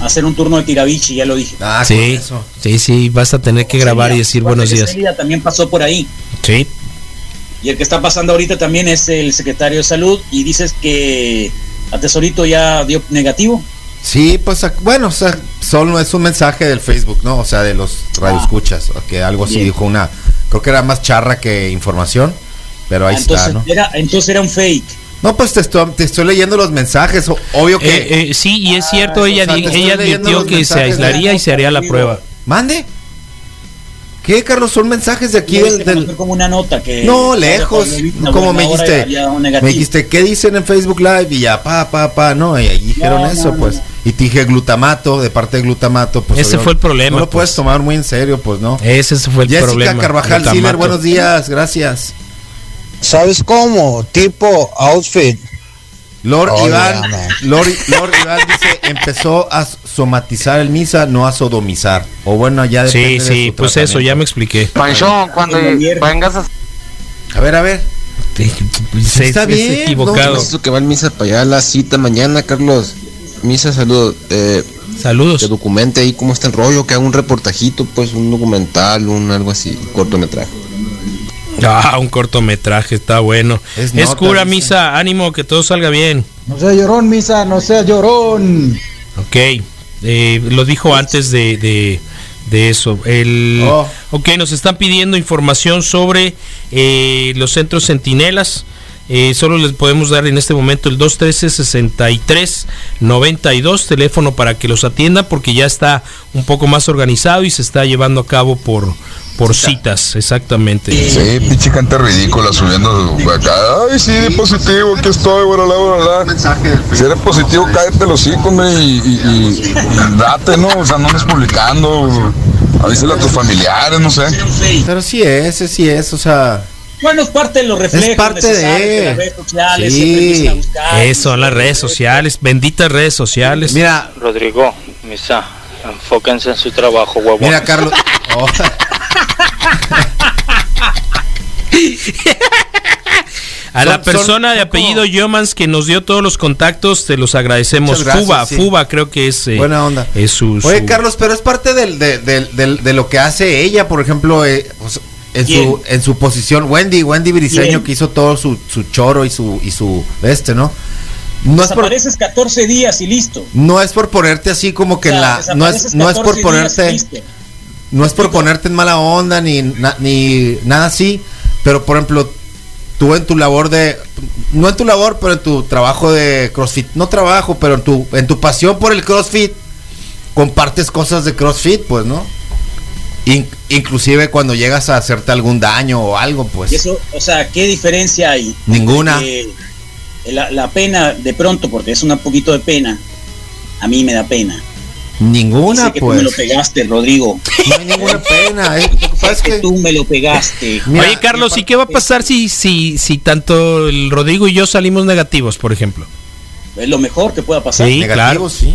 Speaker 3: hacer un turno de tirabichi, ya lo dije.
Speaker 2: Ah, con
Speaker 1: Sí,
Speaker 2: eso.
Speaker 1: sí, sí, vas a tener que grabar y decir
Speaker 3: Aparte
Speaker 1: buenos
Speaker 3: que
Speaker 1: días.
Speaker 3: Celia también pasó por ahí.
Speaker 1: Sí,
Speaker 3: Y el que está pasando ahorita también es el secretario de salud. Y dices que a Tesorito ya dio negativo.
Speaker 2: Sí, pues ac- bueno, o sea, solo es un mensaje del Facebook, ¿no? O sea, de los radioescuchas, o que algo así
Speaker 3: Bien.
Speaker 2: dijo una, creo que era más charra que información, pero ahí
Speaker 3: Ah, entonces,
Speaker 2: está, ¿no?
Speaker 3: era, entonces era un fake.
Speaker 2: No, pues te estoy, te estoy leyendo los mensajes, o- obvio que...
Speaker 1: Eh, eh, sí, y es cierto, ella,
Speaker 2: o sea,
Speaker 1: di-
Speaker 2: te estoy
Speaker 1: ella
Speaker 2: leyendo
Speaker 1: advirtió
Speaker 2: los
Speaker 1: que se
Speaker 2: mensajes.
Speaker 1: aislaría y se haría la prueba.
Speaker 2: ¿Mande? ¿Qué, Carlos? Son mensajes de aquí
Speaker 3: Y
Speaker 2: del...
Speaker 3: este
Speaker 2: del-
Speaker 3: fue como una nota que.
Speaker 2: No, lejos.
Speaker 3: Una
Speaker 2: Como
Speaker 3: buena
Speaker 2: me
Speaker 3: hora
Speaker 2: dijiste,
Speaker 3: había dado
Speaker 2: me
Speaker 3: negativo.
Speaker 2: dijiste, ¿qué dicen en Facebook Live? Y ya, pa, pa, pa, no, y ahí dijeron
Speaker 3: no,
Speaker 2: eso,
Speaker 3: no,
Speaker 2: pues.
Speaker 3: no.
Speaker 2: Y te dije glutamato, de parte de glutamato, pues.
Speaker 1: Ese
Speaker 2: obvio,
Speaker 1: fue el problema,
Speaker 2: No lo
Speaker 1: pues.
Speaker 2: puedes tomar muy en serio, pues, ¿no?
Speaker 1: Ese fue el
Speaker 2: Jessica
Speaker 1: problema.
Speaker 2: Carvajal
Speaker 1: Lo
Speaker 2: Ziller,
Speaker 1: tamato.
Speaker 2: buenos días, gracias.
Speaker 5: ¿Sabes cómo? Tipo, outfit.
Speaker 2: Lord
Speaker 5: Hola,
Speaker 2: Iván,
Speaker 5: Ana.
Speaker 2: Lord, Lord Iván dice, empezó a somatizar el misa, no a sodomizar. O bueno, ya
Speaker 1: Sí,
Speaker 2: depende de
Speaker 1: sí,
Speaker 2: su
Speaker 1: pues eso, ya me
Speaker 2: tratamiento.
Speaker 1: expliqué.
Speaker 6: Panchón, cuando
Speaker 3: Como ayer.
Speaker 6: vengas a
Speaker 2: A ver, a ver.
Speaker 1: Se,
Speaker 2: Está
Speaker 1: es
Speaker 2: bien,
Speaker 1: equivocado.
Speaker 2: no,
Speaker 7: Eso que va en misa para allá, la cita mañana, Carlos. Misa, saludos. Eh, que
Speaker 1: Saludos.
Speaker 7: documente ahí cómo está el rollo, que haga un reportajito, pues un documental, un algo así, un cortometraje.
Speaker 1: Ah, un cortometraje, está bueno. Es,
Speaker 2: Es nota,
Speaker 1: cura,
Speaker 2: dice.
Speaker 1: misa, ánimo, que todo salga bien.
Speaker 5: No sea llorón, misa, no sea llorón.
Speaker 1: Ok, eh, lo dijo antes de, de, de eso. El,
Speaker 2: Oh.
Speaker 1: Ok, nos están pidiendo información sobre eh, los centros centinelas. Eh, solo les podemos dar en este momento el 213-63-92, teléfono para que los atienda porque ya está un poco más organizado y se está llevando a cabo por, por citas, exactamente.
Speaker 4: Sí, pinche gente ridícula subiendo acá. Ay, sí, di positivo, aquí estoy, bueno, la, Si eres Pues positivo, cállate los cinco, hombre, y, y- y- y date, ¿no? O sea, no andes publicando. Avísale a tus familiares, no sé.
Speaker 2: Pero sí es, sí es, o sea,
Speaker 3: Bueno, es parte de los reflejos
Speaker 2: Es parte
Speaker 3: necesarios
Speaker 2: de-
Speaker 3: las redes sociales,
Speaker 2: Sí.
Speaker 3: aprendiste a buscar.
Speaker 1: Eso, son las redes sociales, benditas redes sociales.
Speaker 2: mira,
Speaker 6: Rodrigo, misa, enfóquense en su trabajo, huevón.
Speaker 2: mira Carlos. Oh,
Speaker 1: A la
Speaker 2: Son- son-
Speaker 1: persona de
Speaker 2: son como-
Speaker 1: apellido Yomans que nos dio todos los contactos, te los agradecemos.
Speaker 2: Muchas gracias,
Speaker 1: Fuba,
Speaker 2: sí.
Speaker 1: Fuba creo que es, eh,
Speaker 2: Buena onda.
Speaker 1: es su,
Speaker 2: Oye,
Speaker 1: su-
Speaker 2: Carlos, pero es parte del, del- del- del- de lo que hace ella, por ejemplo, eh, o sea, en,
Speaker 3: ¿Quién?
Speaker 2: su, en su posición, Wendy, Wendy Briseño,
Speaker 3: ¿Quién?
Speaker 2: que hizo todo su, su choro y su, y su este, ¿no? No es, por,
Speaker 3: Desapareces 14 días y listo.
Speaker 2: no es por ponerte así como que
Speaker 3: O
Speaker 2: en
Speaker 3: sea,
Speaker 2: la... No es,
Speaker 3: desapareces
Speaker 2: no es por
Speaker 3: 14 días y
Speaker 2: ponerte...
Speaker 3: listo.
Speaker 2: No es por ponerte en mala onda ni, na- ni nada así, pero por ejemplo, tú en tu labor de. No en tu labor, pero en tu trabajo de CrossFit. No trabajo, pero en tu, en tu pasión por el CrossFit, compartes cosas de CrossFit, pues, ¿no? In- inclusive cuando llegas a hacerte algún daño o algo,
Speaker 3: Y
Speaker 2: pues.
Speaker 3: eso, o sea, ¿qué diferencia hay?
Speaker 2: Ninguna.
Speaker 3: Eh, la, la pena, de pronto, porque es un poquito de pena, a mí me da pena.
Speaker 2: Ninguna,
Speaker 3: sé que tú me lo
Speaker 2: pues.
Speaker 3: pegaste, Rodrigo.
Speaker 2: No hay ninguna pena. eh. Lo que pasa
Speaker 3: Sé
Speaker 2: es
Speaker 3: que
Speaker 2: que-
Speaker 3: tú me lo pegaste.
Speaker 2: mira,
Speaker 1: Oye, Carlos, ¿y qué va a pasar si, si, si tanto el Rodrigo y yo salimos negativos, por ejemplo?
Speaker 3: Es lo mejor que pueda pasar.
Speaker 1: Sí.
Speaker 2: negativo,
Speaker 1: claro.
Speaker 2: sí.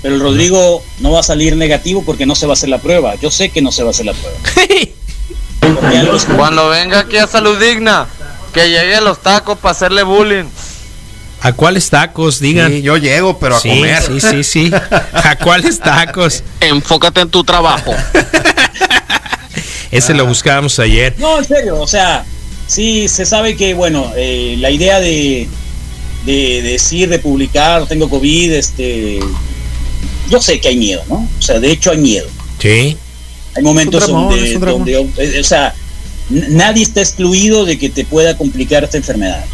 Speaker 3: Pero el Rodrigo no va a salir negativo porque no se va a hacer la prueba. Yo sé que no se va a hacer la prueba. Porque algo es-
Speaker 8: Cuando venga aquí a Salud Digna, que llegue los tacos para hacerle bullying.
Speaker 1: ¿A cuáles tacos? Digan.
Speaker 2: Sí, yo llego, pero a
Speaker 1: sí,
Speaker 2: comer.
Speaker 1: sí, sí, sí. ¿A cuáles tacos?
Speaker 8: Enfócate en tu trabajo.
Speaker 1: Ese lo buscábamos ayer.
Speaker 3: No, en serio, o sea, sí se sabe que, bueno, eh, la idea de, de decir, de publicar, tengo COVID, este. Yo sé que hay miedo, ¿no? O sea, de hecho hay miedo.
Speaker 1: Sí.
Speaker 3: Hay momentos
Speaker 2: Es un dramón,
Speaker 3: donde,
Speaker 2: es un dramón.
Speaker 3: donde, eh, o sea, n- nadie está excluido de que te pueda complicar esta enfermedad.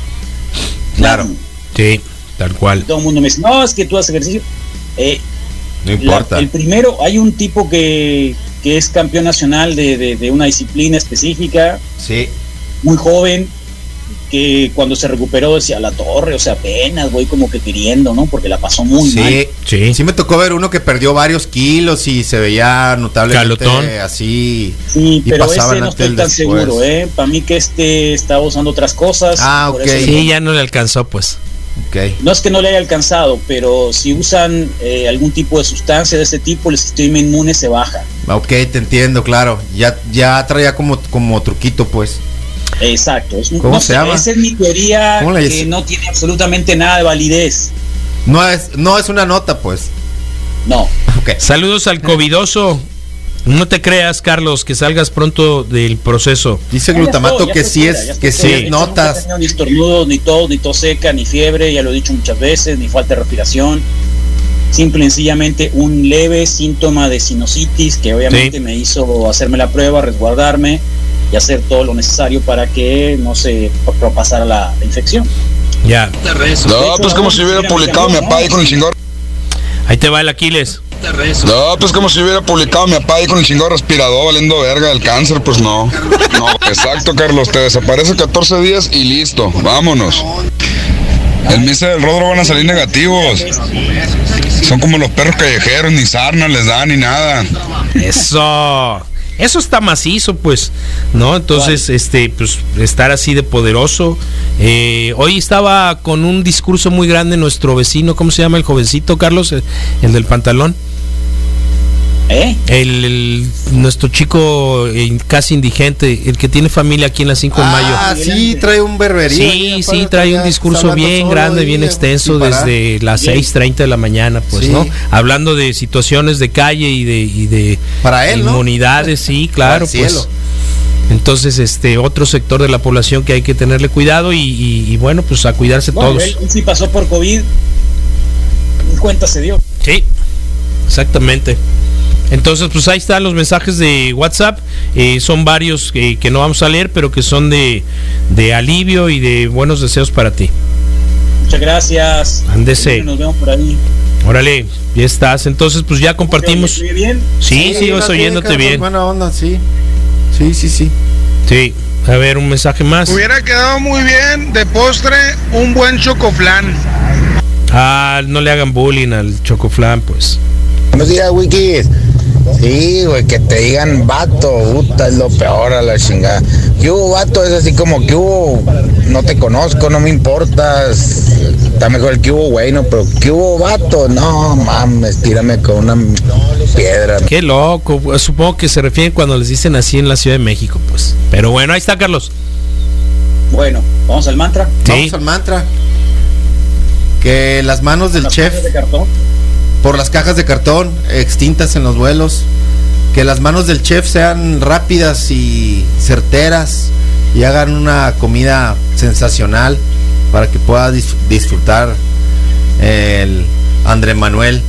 Speaker 2: Claro.
Speaker 3: Nadie.
Speaker 1: Sí, tal cual.
Speaker 3: Todo el mundo me dice, no, es que tú haces ejercicio. Eh,
Speaker 2: No
Speaker 3: la-
Speaker 2: importa.
Speaker 3: el primero, hay un tipo que, que es campeón nacional de, de- de una disciplina específica,
Speaker 2: Sí.
Speaker 3: muy joven, que cuando se recuperó decía, la torre, o sea, apenas voy como que queriendo, ¿no? Porque la pasó muy mal.
Speaker 2: Sí,
Speaker 1: Sí.
Speaker 2: sí. me tocó ver uno que perdió varios kilos y se veía notablemente
Speaker 1: Calotón.
Speaker 2: así.
Speaker 3: Sí,
Speaker 2: Y
Speaker 3: pero
Speaker 2: pasaban
Speaker 3: ese no
Speaker 2: a
Speaker 3: estoy
Speaker 2: tele
Speaker 3: tan
Speaker 2: después.
Speaker 3: seguro, ¿eh? Para mí que este estaba usando otras cosas.
Speaker 2: Ah,
Speaker 3: por
Speaker 2: ok.
Speaker 3: eso le-
Speaker 1: Sí, ya no le alcanzó, pues.
Speaker 2: Ok.
Speaker 3: No es que no le haya alcanzado, pero si usan eh, algún tipo de sustancia de ese tipo, el sistema inmune se baja.
Speaker 2: Ok, te entiendo, claro. Ya, ya traía como, como truquito, pues.
Speaker 3: Exacto. Es, un-
Speaker 2: ¿Cómo
Speaker 3: no
Speaker 2: se
Speaker 3: sé,
Speaker 2: llama?
Speaker 3: Esa es mi teoría
Speaker 2: ¿Cómo le
Speaker 3: que
Speaker 2: dice?
Speaker 3: no tiene absolutamente nada de validez.
Speaker 2: No es, no es una nota, pues.
Speaker 3: No.
Speaker 2: Ok.
Speaker 1: Saludos al covidoso. No te creas, Carlos, que salgas pronto del proceso.
Speaker 2: Dice
Speaker 3: Ya
Speaker 2: glutamato
Speaker 3: estoy, ya
Speaker 2: que
Speaker 3: estoy
Speaker 2: sí
Speaker 3: fuera, ya
Speaker 2: es,
Speaker 3: estoy
Speaker 2: que sí
Speaker 3: fuera.
Speaker 1: Sí.
Speaker 2: es
Speaker 3: Yo nunca he
Speaker 2: notas.
Speaker 3: tenido Ni estornudos, ni tos, ni tos seca, ni fiebre, ya lo he dicho muchas veces, ni falta de respiración. Simple y sencillamente un leve síntoma de sinusitis que obviamente
Speaker 1: Sí.
Speaker 3: me hizo hacerme la prueba, resguardarme y hacer todo lo necesario para que no se propasara la, la infección.
Speaker 1: Ya.
Speaker 4: No, pues como si hubiera publicado mi papá ahí con el chingón.
Speaker 1: Ahí te va el Aquiles.
Speaker 4: No, pues como si hubiera publicado mi papá ahí con el chingón respirador valiendo verga del cáncer, pues no. No, exacto, Carlos. Te desaparece 14 días y listo. Vámonos. El misa del Rodro van a salir negativos. Son como los perros callejeros, ni sarna les da ni nada.
Speaker 1: Eso. Eso está macizo, pues, ¿no? Entonces, este, pues, estar así de poderoso. Eh, hoy estaba con un discurso muy grande nuestro vecino, ¿cómo se llama el jovencito, Carlos? El, el del pantalón.
Speaker 3: ¿Eh?
Speaker 1: El, el- nuestro chico eh, casi indigente, el que tiene familia aquí en la 5 de mayo.
Speaker 2: Ah, sí, trae un berberío.
Speaker 1: Sí,
Speaker 2: ahí,
Speaker 1: sí,
Speaker 2: aparte,
Speaker 1: trae
Speaker 2: ya
Speaker 1: un
Speaker 2: está
Speaker 1: discurso
Speaker 2: hablando
Speaker 1: bien
Speaker 2: solo
Speaker 1: grande,
Speaker 2: ahí,
Speaker 1: bien
Speaker 2: ya,
Speaker 1: extenso
Speaker 2: sin parar.
Speaker 1: desde las
Speaker 3: Bien.
Speaker 1: 6.30 de la mañana, pues,
Speaker 2: Sí.
Speaker 1: ¿no? Hablando de situaciones de calle y de, y de
Speaker 2: Para él, ¿no?
Speaker 1: inmunidades, sí, claro,
Speaker 2: Al cielo.
Speaker 1: pues. Entonces, este, otro sector de la población que hay que tenerle cuidado y, y- y, bueno, pues a cuidarse
Speaker 3: Bueno,
Speaker 1: todos.
Speaker 3: él, él sí pasó por COVID, ni cuenta se dio.
Speaker 1: Sí, exactamente. Entonces, pues ahí están los mensajes de WhatsApp. Eh, son varios que, que no vamos a leer, pero que son de, de alivio y de buenos deseos para ti.
Speaker 3: Muchas gracias.
Speaker 1: Ándese.
Speaker 3: Nos vemos por ahí.
Speaker 1: Órale, ya estás. Entonces, pues ya compartimos.
Speaker 3: ¿Me oye bien?
Speaker 1: Sí, sigo
Speaker 2: no, sí,
Speaker 1: oyéndote
Speaker 2: cabrón,
Speaker 1: bien.
Speaker 2: Buena onda, sí. Sí, sí, sí.
Speaker 1: Sí. A ver, un mensaje más.
Speaker 9: Hubiera quedado muy bien de postre un buen chocoflán.
Speaker 1: Ah, no le hagan bullying al chocoflan, pues.
Speaker 5: Buenos días, Wikis. Sí, güey, que te digan vato, puta, es lo peor a la chingada. Que hubo vato, es así como que hubo, no te conozco, no me importas. Está mejor el que hubo, güey, no, pero que hubo vato, no mames, tírame con una piedra.
Speaker 1: Qué loco. pues, Supongo que se refieren cuando les dicen así en la Ciudad de México, pues. Pero bueno, ahí está, Carlos.
Speaker 3: Bueno, vamos al mantra.
Speaker 1: Sí.
Speaker 2: Vamos al mantra. Que las manos del
Speaker 3: Las
Speaker 2: chef
Speaker 3: cajas de cartón.
Speaker 2: por las cajas de cartón extintas en los vuelos. Que las manos del chef sean rápidas y certeras y hagan una comida sensacional para que pueda dis- disfrutar el André Manuel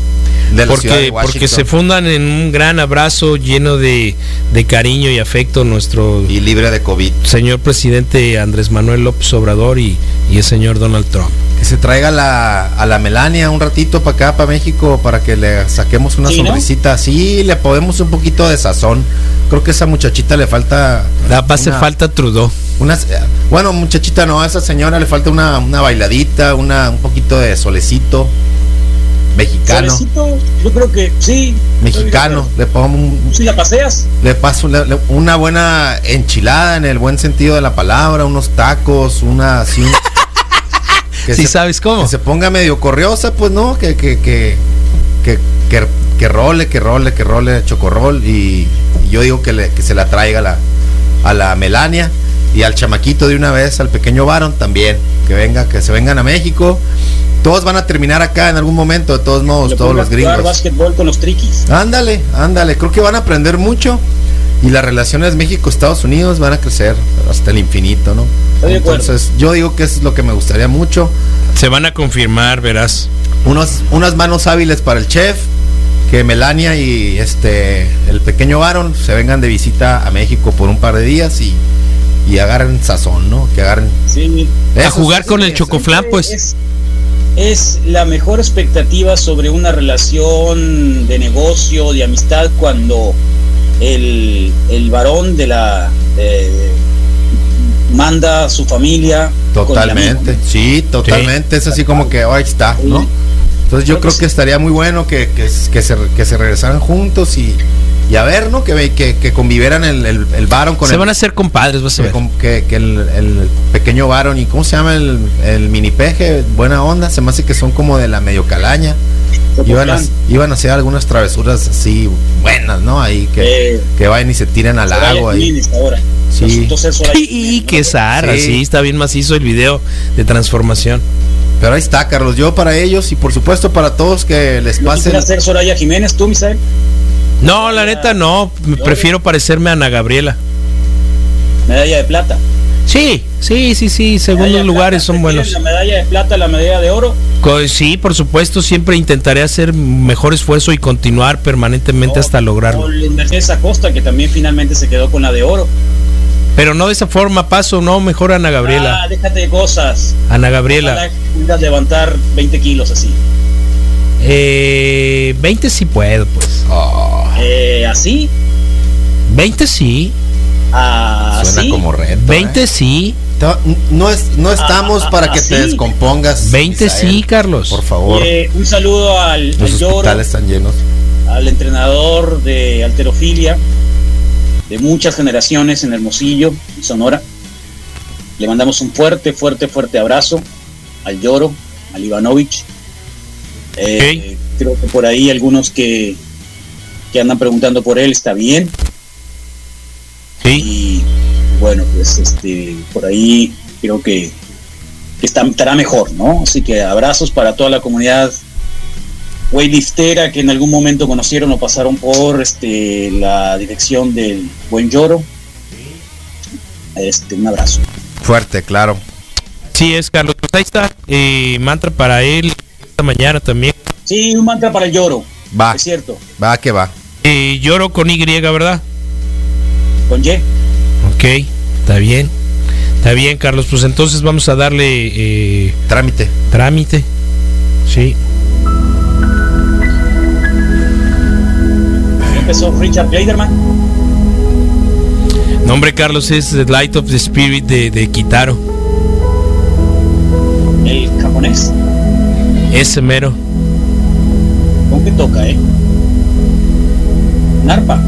Speaker 2: de la ciudad
Speaker 1: Porque,
Speaker 2: de Washington.
Speaker 1: porque se fundan en un gran abrazo lleno de, de cariño y afecto nuestro
Speaker 2: y libre de COVID.
Speaker 1: señor presidente Andrés Manuel López Obrador y, y el señor Donald Trump.
Speaker 2: Que se traiga la, a la Melania un ratito para acá, para México, para que le saquemos una
Speaker 3: Sí, ¿no?
Speaker 2: sonrisita. Sí, le podemos un poquito de sazón. Creo que a esa muchachita le falta.
Speaker 1: Va a hacer
Speaker 2: una-
Speaker 1: falta Trudeau.
Speaker 2: unas- eh, bueno, muchachita, no, a esa señora le falta una, una bailadita, una, un poquito de solecito mexicano.
Speaker 3: Solecito, yo creo que sí.
Speaker 2: Mexicano, le pongo un-
Speaker 3: Si la paseas,
Speaker 2: le paso le- le- una buena enchilada en el buen sentido de la palabra, unos tacos, una así. un- que
Speaker 1: ¿Sí
Speaker 2: se-
Speaker 1: sabes cómo?
Speaker 2: que se ponga medio corriosa, pues no, que, que, que, que, que, que role, que role, que role chocorrol. Y, y yo digo que, le- que se la traiga a la, a la Melania y al chamaquito de una vez, al pequeño Baron también. Que venga, que se vengan a México. Todos van a terminar acá en algún momento, de todos modos,
Speaker 3: le
Speaker 2: todos
Speaker 3: pongo a
Speaker 2: los
Speaker 3: jugar
Speaker 2: gringos.
Speaker 3: básquetbol con los triquis.
Speaker 2: Ándale, ándale, creo que van a aprender mucho. Y las relaciones México-Estados Unidos van a crecer hasta el infinito, ¿no?
Speaker 3: Estoy de acuerdo.
Speaker 2: Entonces, yo digo que eso es lo que me gustaría mucho
Speaker 1: Se van a confirmar, verás.
Speaker 2: unos, unas manos hábiles para el chef, que Melania y este el pequeño Baron se vengan de visita a México por un par de días y, y agarren sazón, ¿no? Que agarren
Speaker 3: Sí.
Speaker 1: A
Speaker 2: Eso
Speaker 1: jugar
Speaker 2: sí,
Speaker 1: con
Speaker 2: sí,
Speaker 1: el
Speaker 2: sí.
Speaker 1: chocoflan, pues.
Speaker 3: Es, es la mejor expectativa sobre una relación de negocio, de amistad, cuando el, el varón de la eh, manda a su familia. con el
Speaker 2: Totalmente,
Speaker 3: amigo.
Speaker 2: sí, totalmente. Es así como que oh, ahí está, ¿no?
Speaker 3: Sí.
Speaker 2: Entonces yo
Speaker 3: Creo que
Speaker 2: creo
Speaker 3: sí.
Speaker 2: que estaría muy bueno que, que, que se, que se regresaran juntos y, y a ver, ¿no? Que, ve- que, que convivieran el, el, el Baron con
Speaker 1: Se
Speaker 2: el,
Speaker 1: van a hacer compadres, vas a
Speaker 2: que,
Speaker 1: ver.
Speaker 2: com- que- que el, el pequeño varón y cómo se llama el, el mini peje, buena onda, se me hace que son como de la medio calaña. Iban a, iban a hacer algunas travesuras así buenas, ¿no? Ahí que,
Speaker 3: Eh,
Speaker 2: que vayan y se tiren al
Speaker 3: Soraya
Speaker 2: agua. ahí.
Speaker 3: Jiménez ahora.
Speaker 2: Sí.
Speaker 3: Resultó ser Soraya
Speaker 1: Y
Speaker 3: Jiménez, ¿no?
Speaker 1: que zarra,
Speaker 2: Sí.
Speaker 1: sí, está bien macizo el video de transformación.
Speaker 2: Pero ahí está, Carlos. Yo para ellos y por supuesto para todos que les
Speaker 3: ¿No
Speaker 2: pasen.
Speaker 3: quisieras ser Soraya Jiménez tú, Misael?
Speaker 1: No, la neta no, me prefiero parecerme a Ana Gabriela.
Speaker 3: Medalla de plata.
Speaker 1: Sí, sí, sí, sí,
Speaker 3: Medalla de
Speaker 1: segundos lugares
Speaker 3: plata,
Speaker 1: son buenos.
Speaker 3: ¿prefieres La medalla de plata, la medalla de oro.
Speaker 1: Co- Sí, por supuesto, siempre intentaré hacer mejor esfuerzo y continuar permanentemente hasta
Speaker 3: O
Speaker 1: lograrlo.
Speaker 3: el Mercedes Acosta, que también finalmente se quedó con la de oro.
Speaker 1: Pero no de esa forma, paso, no, mejor Ana
Speaker 3: Ah,
Speaker 1: Gabriela.
Speaker 3: déjate de cosas.
Speaker 1: Ana
Speaker 3: Ojalá
Speaker 1: Gabriela.
Speaker 3: puedas levantar 20 kilos así.
Speaker 1: Eh, 20 sí puedo, pues.
Speaker 3: Eh, así,
Speaker 1: 20 sí,
Speaker 3: ah, así.
Speaker 2: Suena como reto. ¿eh?
Speaker 1: 20 sí,
Speaker 2: Te- No, es, no estamos
Speaker 3: Ah,
Speaker 2: para que
Speaker 3: sí.
Speaker 2: te descompongas.
Speaker 1: 20
Speaker 2: Misael.
Speaker 1: sí, Carlos.
Speaker 2: Por favor.
Speaker 3: Eh, un saludo al, al
Speaker 2: Los
Speaker 3: Lloro,
Speaker 2: hospitales están llenos.
Speaker 3: al entrenador de alterofilia de muchas generaciones en Hermosillo, en Sonora. Le mandamos un fuerte, fuerte, fuerte abrazo al Lloro, al Ivanovich. Eh, Creo que por ahí algunos que, que andan preguntando por él está bien.
Speaker 1: Sí,
Speaker 3: y bueno pues este por ahí creo que, que está- estará mejor no así que abrazos para toda la comunidad weightliftera que en algún momento conocieron o pasaron por este la dirección del buen lloro este un abrazo
Speaker 2: Fuerte, claro.
Speaker 1: sí es, Carlos. Pues ahí está, eh, mantra para él esta mañana también.
Speaker 3: Pues sí un mantra para el lloro
Speaker 2: Va,
Speaker 3: es cierto
Speaker 2: va que va.
Speaker 1: Eh, lloro con Y, ¿verdad?
Speaker 3: Con Y.
Speaker 1: Ok, está bien. Está bien, Carlos. Pues entonces vamos a darle eh,
Speaker 2: Trámite.
Speaker 1: trámite. Sí.
Speaker 3: Empezó Richard Bladerman.
Speaker 1: Nombre, Carlos, es The Light of the Spirit de, de Kitaro.
Speaker 3: el japonés.
Speaker 1: Ese mero.
Speaker 3: ¿Con qué toca, eh? Narpa.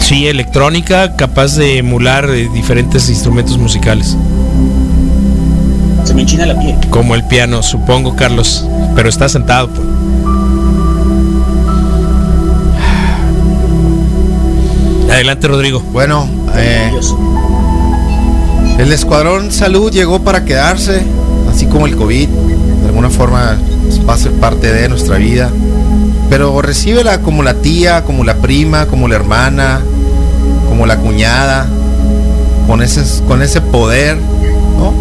Speaker 1: Sí, electrónica, capaz de emular eh, diferentes instrumentos musicales.
Speaker 3: Se me enchina la piel.
Speaker 1: Como el piano, supongo, Carlos. Pero está sentado. pues. Adelante, Rodrigo.
Speaker 2: Bueno, eh,
Speaker 3: Maravilloso.
Speaker 2: el Escuadrón Salud llegó para quedarse, así como el COVID. De alguna forma pues, va a ser parte de nuestra vida. Pero recíbela como la tía, como la prima, como la hermana, como la cuñada, con ese, con ese poder, ¿no?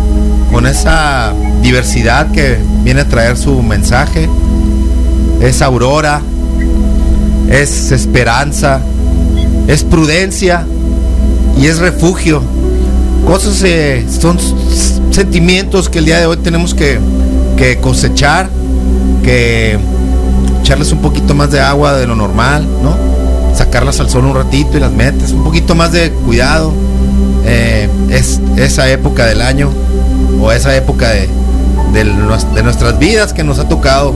Speaker 2: con esa diversidad que viene a traer su mensaje. Es aurora, es esperanza, es prudencia y es refugio. Cosas eh, son s- sentimientos que el día de hoy tenemos que, que cosechar, que echarles un poquito más de agua de lo normal, ¿no? Sacarlas al sol un ratito y las metes, un poquito más de cuidado. Eh, es esa época del año o esa época de, del nues- de nuestras vidas que nos ha tocado,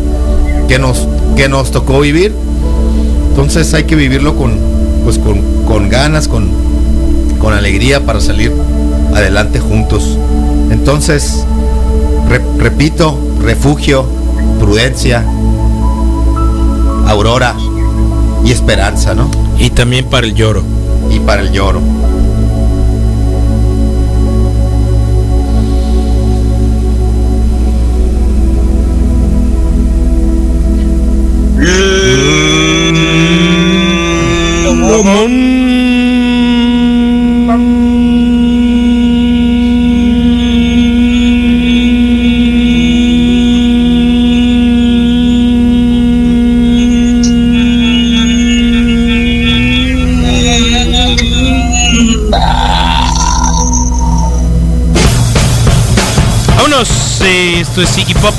Speaker 2: que nos, que nos tocó vivir. Entonces hay que vivirlo con, pues con, con ganas, con, con alegría para salir adelante juntos. Entonces, re- repito, refugio, prudencia, aurora y esperanza, ¿no?
Speaker 1: Y también para el lloro.
Speaker 2: Y para el lloro.
Speaker 1: Vámonos. eh, esto es Iggy Pop.